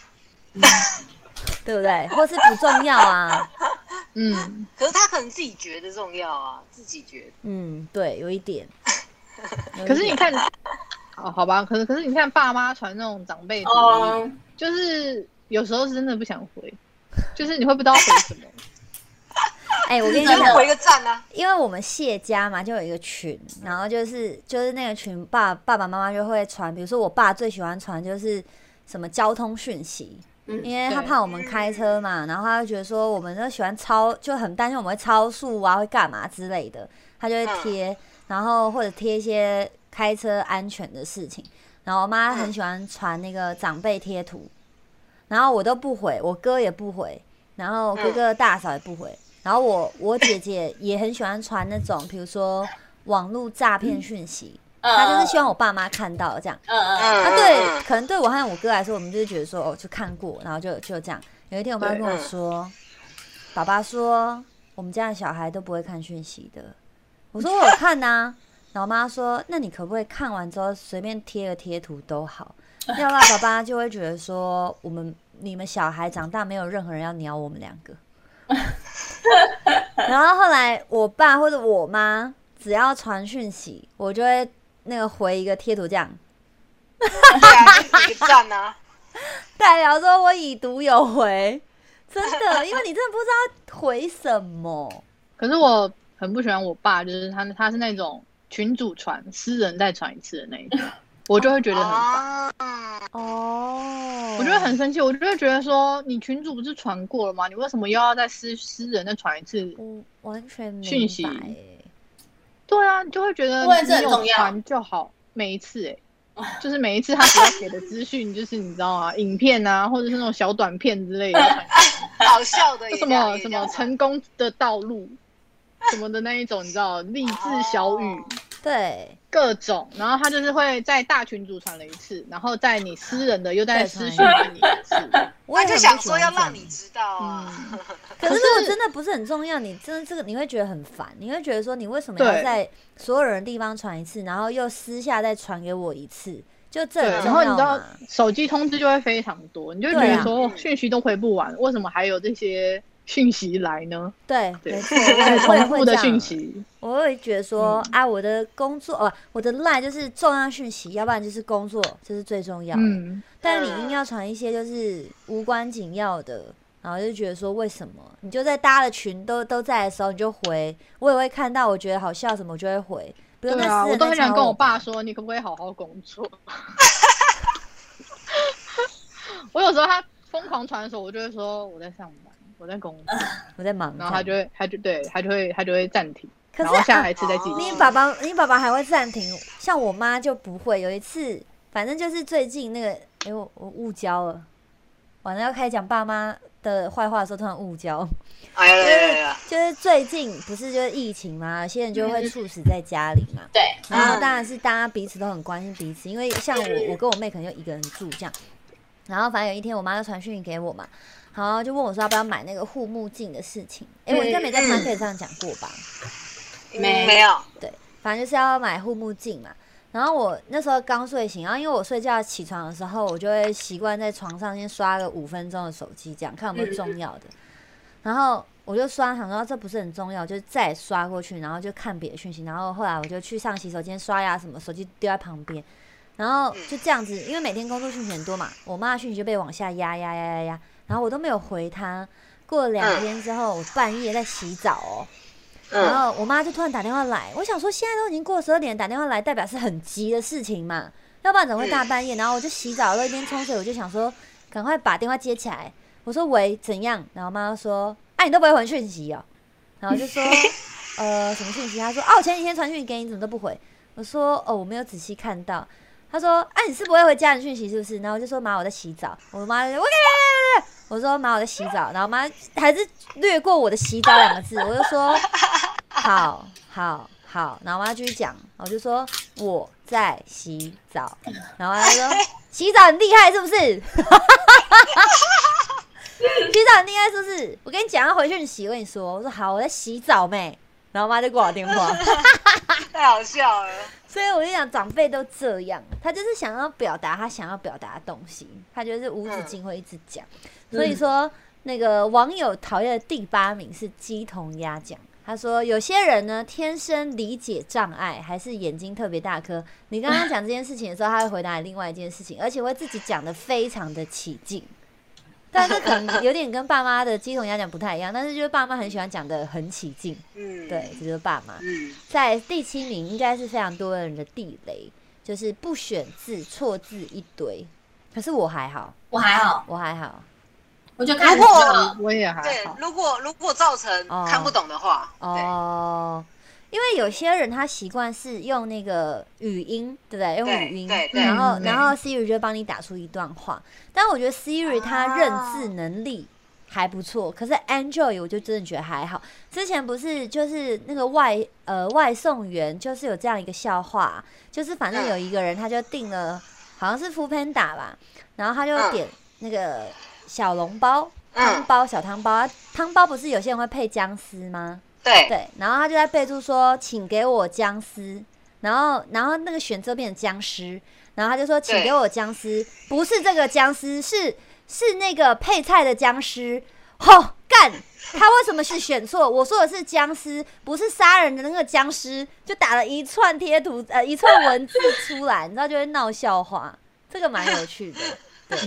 对不对？或是不重要啊？
嗯，
可是他可能自己觉得重要啊，自己觉得。
嗯，对，有一点。有一
可是
点
你看，哦，好吧，可是可是你看爸妈传那种长辈图，
哦，
就是有时候是真的不想回，就是你会不知道回什么。
哎、我跟你
那
讲
真的，
就回个赞啊，
因为我们谢家嘛，就有一个群，然后就是就是那个群爸爸爸妈妈就会传，比如说我爸最喜欢传就是什么交通讯息，
嗯
因为他
对
怕我们开车嘛，然后他就觉得说我们都喜欢超，就很担心我们会超速啊，会干嘛之类的，他就会贴，然后或者贴一些开车安全的事情，然后我妈很喜欢传那个长辈贴图，然后我都不回，我哥也不回，然后哥哥大嫂也不回，然后我我姐姐也很喜欢传那种，比如说网络诈骗讯息，
呃
她就是希望我爸妈看到这样。
嗯嗯嗯，
嗯
啊，
嗯
对，
嗯
可能对我和我哥来说，我们就是觉得说，哦，就看过，然后就就这样。有一天，我妈跟我说，爸爸说我们家的小孩都不会看讯息的。我说我有看 呐、然后我妈说，那你可不可以看完之后随便贴个贴图都好，要不然爸爸就会觉得说我们你们小孩长大没有任何人要鸟我们两 个。然后后来我爸或者我妈只要传讯息，我就会那个回一个贴图这样。
对啊，就回个赞啊。
代表说我已读有回，真的，因为你真的不知道回什么。
可是我很不喜欢我爸，就是他他是那种群主传、私人再传一次的那一种，我就会觉得很烦，
啊，
哦
我就会很生气，我就会觉得说你群主不是传过了吗？你为什么又要再私私人再传一次？
我完全明白
讯息对啊，你就会觉得
不然这很
你有
重要
传就好，每一次哎、就是每一次他只要给的资讯， 就是你知道吗？影片啊，或者是那种小短片之类的，
搞笑的
就
也
什
这样也
么 什
这
么
样
成功的道路什么的那一种，你知道励志小语。
哦
对，
各种，然后他就是会在大群组传了一次，然后在你私人的又在私讯
再
给你一次，
我
他
也
就
很
想
不喜
说
欢
要
这样
让你知道啊。
嗯，
可是
可是
如果真的不是很重要，你真的这个你会觉得很烦，你会觉得说你为什么要
对
在所有人的地方传一次，然后又私下再传给我一次，就这
对，
很
然
重
后你
要
知道
吗？
手机通知就会非常多，你就觉
对啊
得说哦讯息都回不完，为什么还有这些讯息来呢？
对，
对
没 错，我也我也
重
会这
复的
样
讯息，
我会觉得说，
嗯
啊，我的工作，哦、我的 line 就是重要讯息，要不然就是工作，这是最重要的。
嗯，
但你硬要传一些就是无关紧要的，然后就觉得说为什么？你就在大家的群都都在的时候，你就回，我也会看到，我觉得好笑什么，我就会回。不用
对
再私
啊，我
人
都
再
很想
吵
跟我
吧
爸说，你可不可以好好工 作？我有时候他疯狂传的时候，我就会说我在上班，我在工作，
我在忙这
然
样。
后他就会，他就对他就会，他就会暂停，
可
然
是
后下
啊
一次再继
你
续。
爸爸，你爸爸还会暂停，像我妈就不会。有一次，反正就是最近那个，哎、我我误交了，晚上要开始讲爸妈的坏话的时候，突然误交。
哎呀呀呀呀！
就是最近不是就是疫情嘛，有些人就会猝死在家里嘛，
对，
然后当然是大家彼此都很关心彼此，因为像我，我跟我妹可能就一个人住这样，然后反正有一天我妈就传讯息给我嘛，然后就问我说要不要买那个护目镜的事情，哎、我应该没在 p o d 上讲过吧？
没
没有，
对，反正就是要买护目镜嘛。然后我那时候刚睡醒，然后因为我睡觉起床的时候，我就会习惯在床上先刷个五分钟的手机，这样看有没有重要的。然后我就刷，想说这不是很重要，就再刷过去，然后就看别的讯息。然后后来我就去上洗手间刷牙什么，手机丢在旁边。然后就这样子，因为每天工作讯息很多嘛，我妈的讯息就被往下压压压压压，然后我都没有回她。过了两
嗯
天之后，我半夜在洗澡哦，然
嗯，
后我妈就突然打电话来，我想说现在都已经过十二点，打电话来代表是很急的事情嘛，要不然怎么会大半夜？然后我就洗澡了，一边冲水，我就想说赶快把电话接起来。我说喂，怎样？然后妈妈说，哎、你都不会回讯息哦。然后我就说，呃，什么讯息？她说，哦、我前几天传讯息给你，你怎么都不回？我说，哦，我没有仔细看到。她说，哎、你是不会回家人讯息是不是？然后我就说，妈，我在洗澡。我妈就说，我我说妈，我在洗澡，然后妈还是略过我的洗澡两个字，我就说好好好，然后妈继续讲，我就说我在洗澡，然后她就说洗澡很厉害是不 是？洗澡很厉害是不是？我跟你讲，要回去你洗，我跟你说，我说好，我在洗澡妹，然后妈就挂我电话。
太好笑了。
所以我就想，长辈都这样，他就是想要表达他想要表达的东西，他就是无止境会一直讲。所以说，那个网友讨厌的第八名是鸡同鸭讲。他说，有些人呢天生理解障碍，还是眼睛特别大颗。你刚刚讲这件事情的时候，他会回答你另外一件事情，而且会自己讲的非常的起劲。但是可能有点跟爸妈的鸡同鸭讲不太一样，但是就是爸妈很喜欢讲的很起劲，
嗯，
对，这就是爸妈。
嗯，
在第七名应该是非常多人的地雷，就是不选字，错字一堆。可是我还好，
我还好，
我还好
我就看
如果
了
我也还
对
好，，
如果如果造成
哦
看不懂的话，对，
哦，因为有些人他习惯是用那个语音，对不对？用语音，
对对
然后
嗯
然后 Siri 就会帮你打出一段话。但我觉得 Siri 它认字能力还不错，可是
哦
Android 我就真的觉得还好。之前不是就是那个外呃外送员就是有这样一个笑话啊、就是反正有一个人他就订了好像是 f o o Panda 吧，然后他就
嗯
点那个小笼包。
嗯
汤包小汤包啊，汤包不是有些人会配姜丝吗？
对，
对，然后他就在备注说，请给我姜丝，然后然后那个选择变成僵尸，然后他就说，请
对
给我姜丝，不是这个僵尸，是是那个配菜的僵尸。吼、干！他为什么是选错？我说的是僵尸，不是杀人的那个僵尸，就打了一串贴图，呃，一串文字出来，你知道就会闹笑话，这个蛮有趣的。对，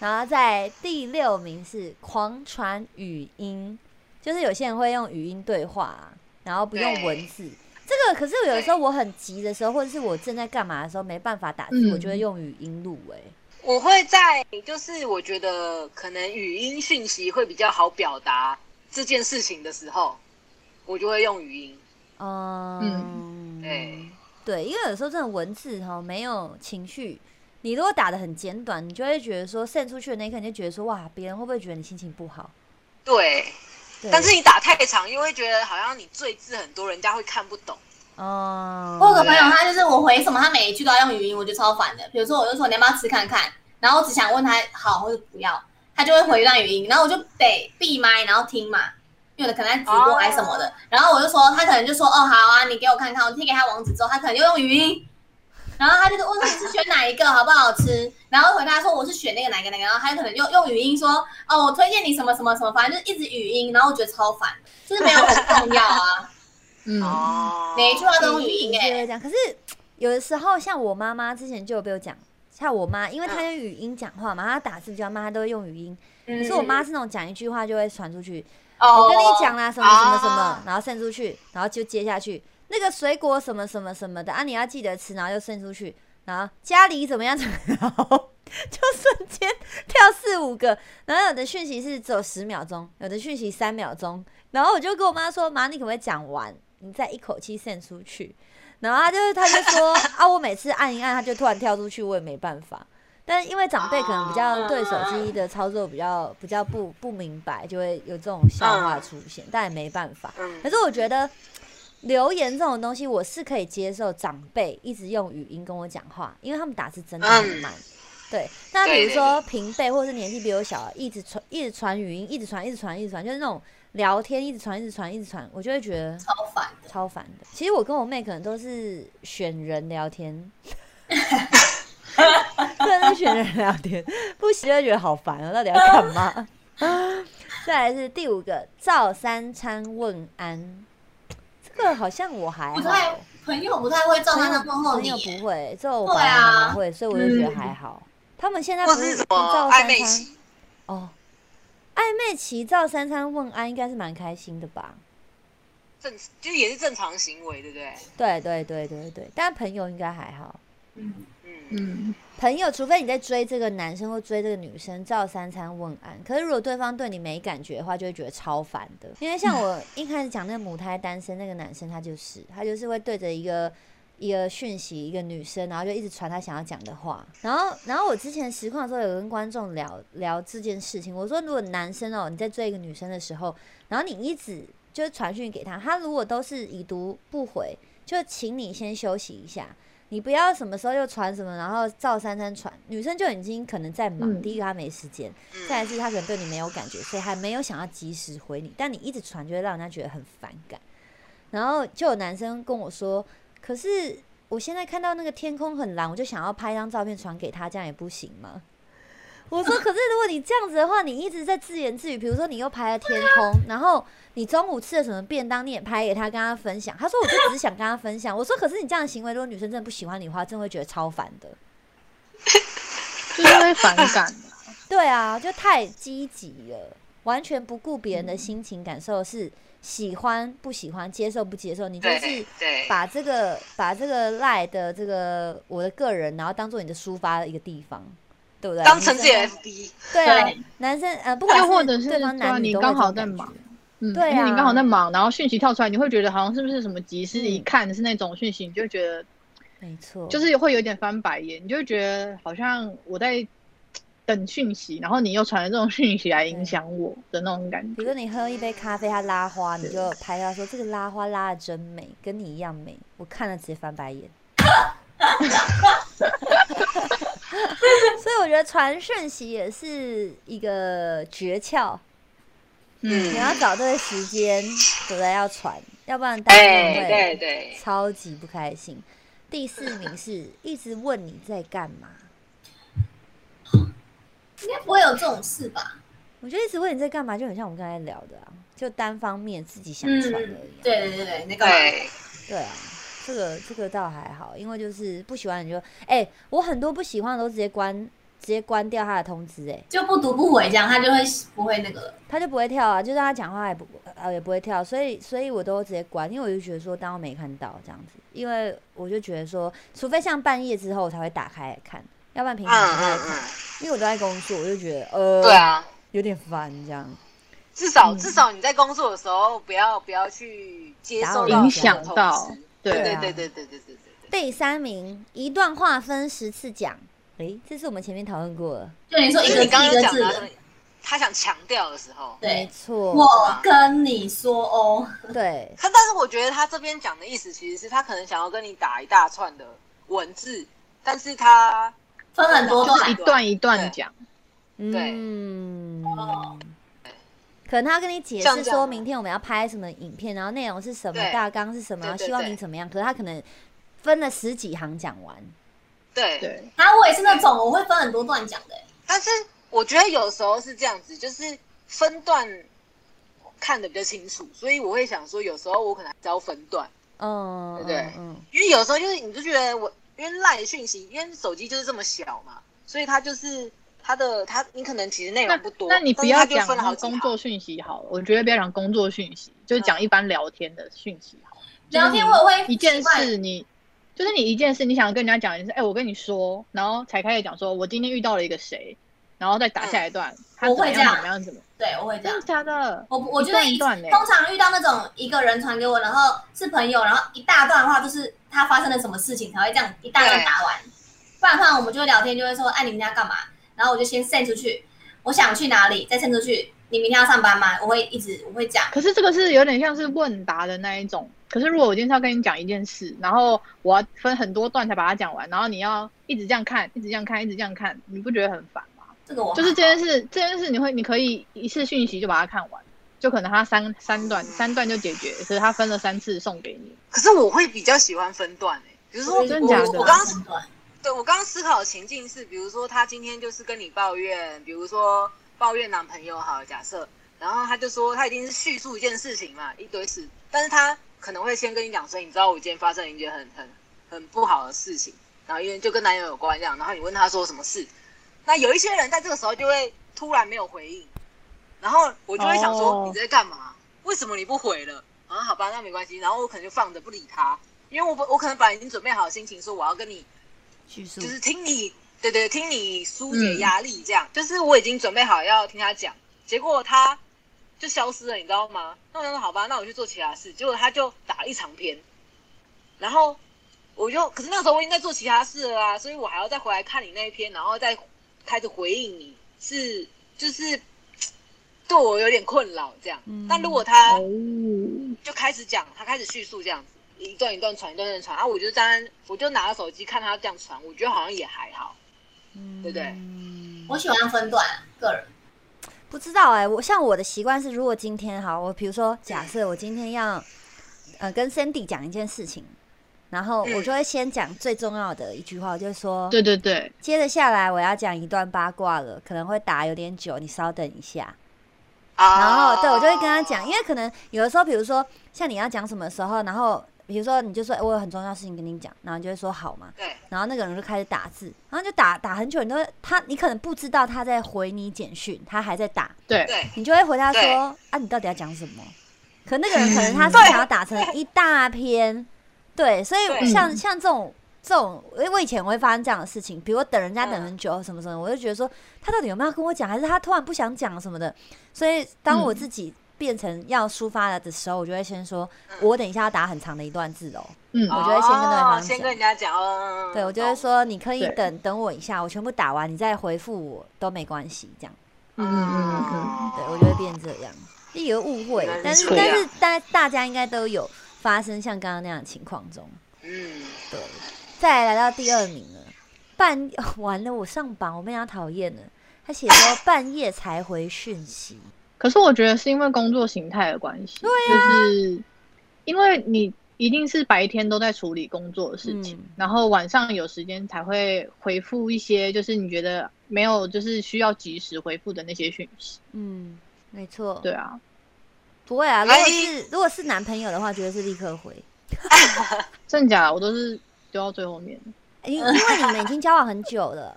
然后在第六名是狂传语音，就是有些人会用语音对话、然后不用
对
文字。这个可是有的时候我很急的时候，或者是我正在干嘛的时候没办法打字，
嗯
我就会用语音录、欸。
我会在就是我觉得可能语音讯息会比较好表达这件事情的时候，我就会用语音。
嗯，
对，
对，因为有时候真的文字哈没有情绪，你如果打的很简短，你就会觉得说 send 出去的那一刻，你就觉得说哇，别人会不会觉得你心情不好？
对，
对，
但是你打太长，又会觉得好像你赘字很多，人家会看不懂。
嗯，
我有个朋友，他就是我回什么，他每一句都要用语音，我觉得超烦的。比如说，我就说你要不要吃看看，然后我只想问他好或者不要，他他就会回一段语音，然后我就得闭麦，然后听嘛，因为我可能在直播还是什么
哦
的。然后我就说，他可能就说，哦，好啊，你给我看看，我贴给他网址之后，他可能又用语音，然后他就问说你是选哪一个，好不好吃？然后回答说我是选那个哪一个哪一个，然后他可能用用语音说，哦，我推荐你什么什么什么，反正就是一直语音，然后我觉得超烦，就是没有很重要啊，
嗯，
哦，
每一句话都用语
一
音
定
哎、
是会这样。可是有的时候，像我妈妈之前就有被我讲，像我妈，因为她用语音讲话嘛，她打字比较慢，她都会用语音。可
嗯
是我妈，是那种讲一句话就会传出去，
哦
我跟你讲啦，什么什么什么
啊，
然后送出去，然后就接下去那个水果什么什么什么的啊，你要记得吃，然后就送出去，然后家里怎么样怎么样，然后就瞬间跳四五个，然后有的讯息是只有十秒钟，有的讯息三秒钟，然后我就跟我妈说，妈，你可不可以讲完，你再一口气送出去？然后她就她就说啊，我每次按一按，她就突然跳出去，我也没办法。但因为长辈可能比较对手机的操作比较比较不不明白，就会有这种笑话出现，但也没办法。
嗯
可是我觉得留言这种东西，我是可以接受长辈一直用语音跟我讲话，因为他们打字真的很慢。嗯对，那比如说平辈或是年纪比我小，一直传一直传语音，一直传一直传一直传，就是那种聊天一直传一直传一直传，我就会觉得
超烦的。
超烦的。其实我跟我妹可能都是选人聊天，真的是选人聊天，不行就会觉得好烦啊，到底要干嘛？ 再来是第五个，照三餐问安，这个好像我还好
不太朋友不太会照他的问候
朋
你
友
耶，
不会，只有我爸
对
爸
啊
妈妈会，所以我就觉得还好。他们现在不
或者是
不
什么
照
暧
三
昧
餐
期，
哦，暧昧期照三餐问安应该是蛮开心的吧？
正就是也是正常行为，对不对？
对对对对对，但朋友应该还好。
嗯，
嗯，
朋友，除非你在追这个男生或追这个女生，照三餐问安。可是如果对方对你没感觉的话，就会觉得超烦的。因为像我一开始讲那个母胎单身那个男生，他就是他就是会对着一个一个讯息一个女生，然后就一直传他想要讲的话。然后然后我之前实况的时候有跟观众聊聊这件事情，我说如果男生哦你在追一个女生的时候，然后你一直就是传讯给他，他如果都是已读不回，就请你先休息一下。你不要什么时候又传什么，然后照三餐传，女生就已经可能在忙。
嗯
第一个她没时间，
嗯
再来是她啊可能对你没有感觉，所以还没有想要及时回你。但你一直传，就会让人家觉得很反感。然后就有男生跟我说，可是我现在看到那个天空很蓝，我就想要拍张照片传给他，这样也不行吗？我说，可是如果你这样子的话，你一直在自言自语，比如说你又拍了天空，然后你中午吃了什么便当，你也拍给他跟他分享。他说，我就只是想跟他分享。我说，可是你这样的行为，如果女生真的不喜欢你的话，真的会觉得超烦的。
就是会反感的，
对啊，就太积极了，完全不顾别人的心情感受，是喜欢不喜欢，接受不接受，你就
对
是
对
把这个把这个赖的这个我的个人，然后当做你的抒发的一个地方，对不对？
当成自己
女
的
生
FB，
对啊
对，
男生呃，不管
又或者是
对方
说
男女
你
都会
刚
这种
好在
感觉
忙嗯，
对啊
因为你刚好在忙，然后讯息跳出来，你会觉得好像是不是什么急事，
嗯
一看是那种讯息，你就觉得
没错，
就是会有点翻白眼，你就会觉得好像我在等讯息，然后你又传了这种讯息来影响我的那种感
比如说
觉。
你喝一杯咖啡，它拉花，你就拍它说这个拉花拉的真美，跟你一样美，我看了直接翻白 眼。所以我觉得传讯息也是一个诀窍，你
嗯，
要找对时间，对不对？要传，要不然大家
哎，
真的
对
会
对，
超级不开心。第四名是一直问你在干嘛，
应该不会有这种事吧？
我觉得一直问你在干嘛，就很像我们刚才聊的啊，就单方面自己想
嗯，
传而已啊、
对对对对，那个
对，
对啊，这个这个倒还好，因为就是不喜欢你就哎、我很多不喜欢的都直接关，直接关掉他的通知、哎，
就不读不回这样，他就会不会那个了。
他就不会跳啊，就让他讲话也不呃也不会跳，所以所以我都直接关，因为我就觉得说当我没看到这样子，因为我就觉得说，除非像半夜之后我才会打开来看，要不然平
嗯
常不太
嗯
看，
嗯，
因为我都在工作，我就觉得呃，
对，啊。
有点烦这样，
至少至少你在工作的时候，不要不要去接
打
受
扰
到
影
响到
对
对
对
啊
对对对对对对对。
第三名一段话分十次讲，诶、这是我们前面讨论过了，
就你说
就
一
是
个
你
字
刚
一
刚
个
讲
字
的啊
的，，
他想强调的时候，
没
对。
错，
我跟你说哦，
对。
他但是我觉得他这边讲的意思其实是他可能想要跟你打一大串的文字，但是他
分很多
就是一
段
一，段一段讲，
对
嗯，
哦
可能他要跟你解
像
释
这样
说
啊
明天我们要拍什么影片，然后内容是什么，
对
大纲是什么，
对
然后
对
希望
对
你怎么样。可是他可能分了十几行讲完，
对，
对，
啊，我也是那种我会分很多段讲的、
但是我觉得有时候是这样子，就是分段看的比较清楚，所以我会想说，有时候我可能还是要分段，
嗯，
对
嗯嗯，
因为有时候就是你就觉得我，因为赖的讯息，因为手机就是这么小嘛，所以它就是它的它，你可能其实内
那
容不多，
那你
但
不
是
要
它就
讲
分了好几
工
行嗯
作讯息好了，我觉得不要讲工作讯息，就讲一般聊天的讯息好了。
聊天我也会
一件
哎奇怪
事你，就是你一件事，你想跟人家讲一次，哎、我跟你说，然后才开始讲说我今天遇到了一个谁，然后再打下一段，他
我
怎么
会这
样
样
怎么样怎么样，
对，我会这
真
样
的。假的？
我我
一
觉得
段一段欸
通常遇到那种一个人传给我，然后是朋友，然后一大段的话，就是他发生了什么事情才会这样一大段打完。不然的话，我们就会聊天，就会说，哎，你明天要干嘛？然后我就先 send 出去，我想去哪里，再 send 出去。你明天要上班吗？我会一直我会讲，
可是这个是有点像是问答的那一种。可是如果我今天是要跟你讲一件事，然后我要分很多段才把它讲完，然后你要一直这样看，一直这样看，一直这样看，你不觉得很烦吗？
这个我
就是这件事，这件事你会，你可以一次讯息就把它看完，就可能它三三段，三段就解决，可是它分了三次送给你。
可是我会比较喜欢分段诶、比如说我
真的假的
我我刚刚对我刚刚思考的情境是，比如说他今天就是跟你抱怨，比如说抱怨男朋友好了，假设，然后他就说他一定是叙述一件事情嘛，一堆事，但是他可能会先跟你讲说，你知道我今天发生了一件很很很不好的事情，然后因为就跟男友有关这样，然后你问他说什么事，那有一些人在这个时候就会突然没有回应，然后我就会想说、
哦
你在干嘛？为什么你不回了？啊，好吧，那没关系，然后我可能就放着不理他，因为我本我可能本来已经准备好心情说我要跟你。
叙述
就是听你，对对，听你疏解压力这样。就是我已经准备好要听他讲，结果他就消失了，你知道吗？那我想说好吧，那我去做其他事。结果他就打了一长篇，然后我就，可是那个时候我已经在做其他事了啊，所以我还要再回来看你那一篇，然后再开始回应你，是就是对我有点困扰这样。
嗯
但如果他
哦，
就开始讲，他开始叙述这样子，一段一段传，一段一段传。然后我就在那，我就拿着手机看他这样传，我觉得好像也还好。对不对
嗯
我喜欢分段，个人
不知道哎、我像我的习惯是，如果今天好，我比如说假设我今天要呃跟 Cindy 讲一件事情，然后我
嗯
就会先讲最重要的一句话，我就说，
对对对，
接着下来我要讲一段八卦了，可能会打有点久，你稍等一下。
啊
然后对我就会跟他讲，因为可能有的时候，比如说像你要讲什么时候，然后比如说你就说、哎我有很重要的事情跟你讲，然后你就会说好嘛，
对
然后那个人就开始打字，然后就打打很久，你都他你可能不知道他在回你简讯，他还在打，
对，
对
你就会回答
对
说啊，你到底要讲什么？可那个人可能 他是想要打成一大篇，对，所以
对
像像这种这种，因为我以前会发生这样的事情，比如我等人家等
嗯
很久什么什么，我就觉得说他到底有没有要跟我讲，还是他突然不想讲什么的。所以当我
嗯
自己变成要抒发了的时候，我就会先说，
嗯
我等一下要打很长的一段字哦，
嗯，
我就会先跟对方
哦
讲
先跟人家讲，嗯，嗯
对我就会，说你可以
对
等等我一下，我全部打完你再回复我都没关系，这样。
嗯嗯嗯
哦
对我就会变这样，也有误会
原来，
但是
是这样
但是大大家应该都有发生像刚刚那样的情况中。
嗯，
对，再来来到第二名了，半 完了我上榜，我被他讨厌了。他写 说半夜才回讯息，
可是我觉得是因为工作形态的关系，就是因为你一定是白天都在处理工作的事情，
嗯
然后晚上有时间才会回复一些就是你觉得没有就是需要及时回复的那些讯息。
嗯，没错，
对，哎啊，
不会啊。如
所
果
以
是如果是男朋友的话，绝对是立刻回，
真的假的我都是丢到最后面，
因因为你们已经交往很久了，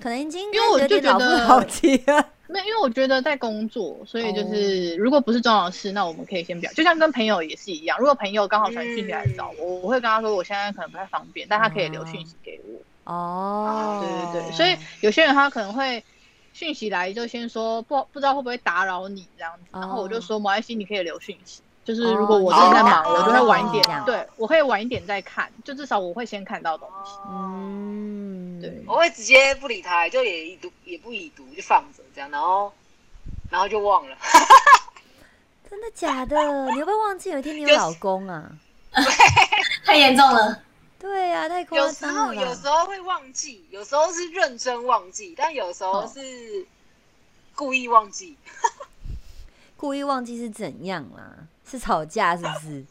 可能已经
因为我
有
就
点老
觉
夫
得
老妻了。
没有，因为我觉得在工作，所以就是、如果不是重要的事，那我们可以先不要。就像跟朋友也是一样，如果朋友刚好传讯息来找我，我会跟他说我现在可能不太方便，但他可以留讯息给我。
哦，
对对对，所以有些人他可能会讯息来就先说不不知道会不会打扰你这样子，
哦
然后我就说没关系，你可以留讯息。就是
哦
如果我真的在忙，
你
我
就
就会晚一
你
点
这样，
对我会晚一点再看，就至少我会先看到东西。
嗯，
嗯，
对
我会直接不理他，就也已读也不已读，就放着这样，然后然后就忘
哦
了，
真的假的？你会不会忘记有一天你有
有时
老公啊？
太严重了，
对啊，太夸
有时
张
候
了
有时
啦。
候会忘记，有时候是认真忘记，但有时候是故意忘记，
故意忘记是怎样啊？是吵架是不是？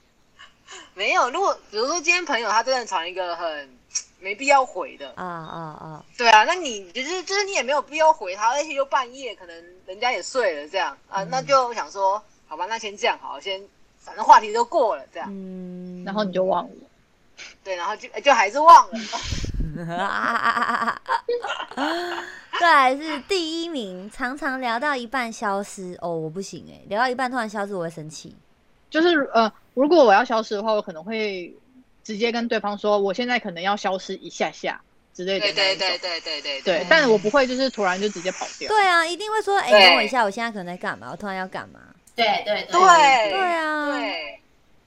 没有。如果比如说今天朋友他真的传一个很没必要回的，
啊啊啊！
对啊，那你就是就是你也没有必要回他，而且又半夜，可能人家也睡了这样啊，那就想说，好吧，那先这样好，先反正话题都过了这样，
嗯，
然后你就忘了。
对，然后就就还是忘了，
再来是第一名，常常聊到一半消失。哦，我不行哎、聊到一半突然消失，我会生气。
就是呃，如果我要消失的话，我可能会直接跟对方说，我现在可能要消失一下下之类的那
对
一
对对
种。
对对对
对，但我不会就是突然就直接跑掉。
对啊，一定会说，哎、
对
等我一下，我现在可能在干嘛？我突然要干嘛？
对对对
对
对啊
对，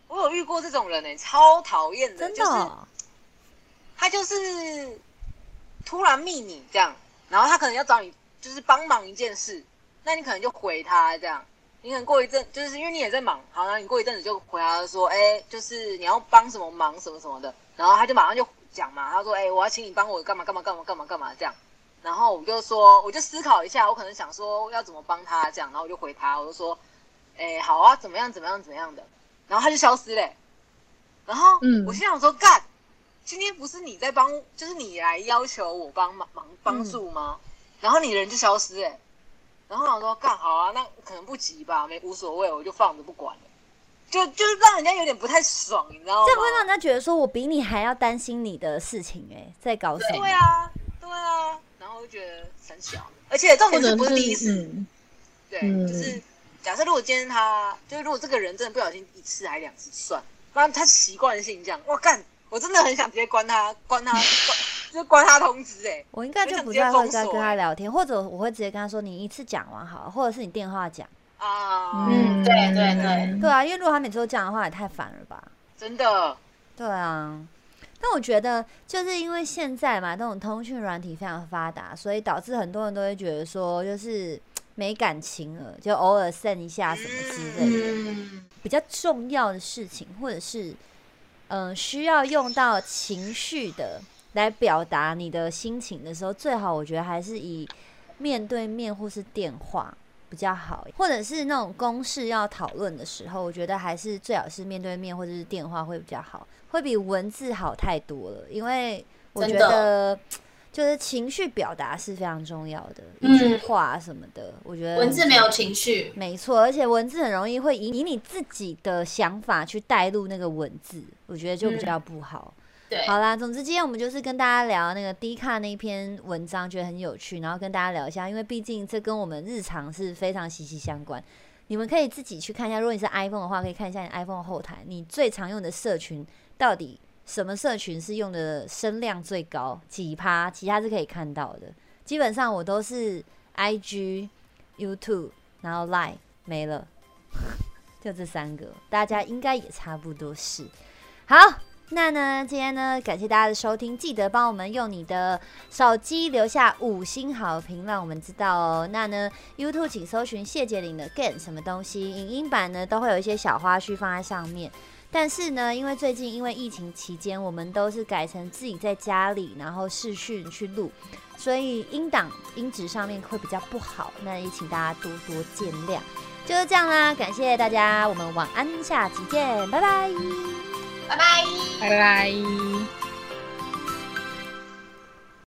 我有遇过这种人呢、超讨厌的，
真的
就是
哦、
他就是突然密你这样，然后他可能要找你就是帮忙一件事，那你可能就回他这样。你可能过一阵，就是因为你也在忙，好，然后你过一阵子就回他说，哎、就是你要帮什么忙什么什么的，然后他就马上就讲嘛，他说，哎、我要请你帮我干嘛干嘛干嘛干嘛干嘛这样，然后我就说，我就思考一下，我可能想说要怎么帮他这样，然后我就回他，我就说，哎、好啊，怎么样怎么样怎么样的，然后他就消失嘞、然后
嗯
我心想说，干，今天不是你在帮，就是你来要求我帮忙忙帮
嗯
助吗？然后你人就消失哎、然后我想说干好啊，那可能不急吧，没无所谓，我就放着不管了，就就是让人家有点不太爽，你知道吗？
这样会让人家觉得说我比你还要担心你的事情、哎，在搞什么？
对啊，对啊，然后我就觉得很小，而且重
或
点
者
是不是第一
是
次？
嗯，
对，
嗯
就是假设如果今天他，就是如果这个人真的不小心一次还两次算，那他习惯性这样，我干，我真的很想直接关他，关 他，关就是关他通知哎、
我应该就不太会再跟
欸
他聊天，或者我会直接跟他说，你一次讲完好了，或者是你电话讲。
啊，
嗯对对对
对啊，因为如果他每次都这样的话，也太烦了吧？
真的，
对啊。但我觉得，就是因为现在嘛，那种通讯软体非常发达，所以导致很多人都会觉得说，就是没感情了，就偶尔 send 一下什么之类的。
嗯，
比较重要的事情，或者是嗯、呃需要用到情绪的来表达你的心情的时候，最好我觉得还是以面对面或是电话比较好，或者是那种公事要讨论的时候，我觉得还是最好是面对面或者是电话会比较好，会比文字好太多了，因为我觉
真的
得。就是情绪表达是非常重要的，一
嗯
句话什么的，我觉得
文字没有情绪，
没错，而且文字很容易会以以你自己的想法去带入那个文字，我觉得就比较不好。
对，
好啦，总之今天我们就是跟大家聊那个 D 卡那篇文章，觉得很有趣，然后跟大家聊一下，因为毕竟这跟我们日常是非常息息相关。你们可以自己去看一下，如果你是 iPhone 的话，可以看一下你 iPhone 后台，你最常用的社群到底什么社群是用的声量最高，几趴，其他是可以看到的。基本上我都是 IG、YouTube，然后 Line 没了， 就这三个，大家应该也差不多是。好，那呢，今天呢，感谢大家的收听，记得帮我们用你的手机留下五星好评，让我们知道哦。那呢，YouTube 请搜寻谢杰玲的 Gain 什么东西，影音版呢都会有一些小花絮放在上面。但是呢，因为最近因为疫情期间，我们都是改成自己在家里，然后视讯去录，所以音档音质上面会比较不好，那也请大家多多见谅。就是这样啦，感谢大家，我们晚安，下集见，拜拜。
拜拜。
拜拜。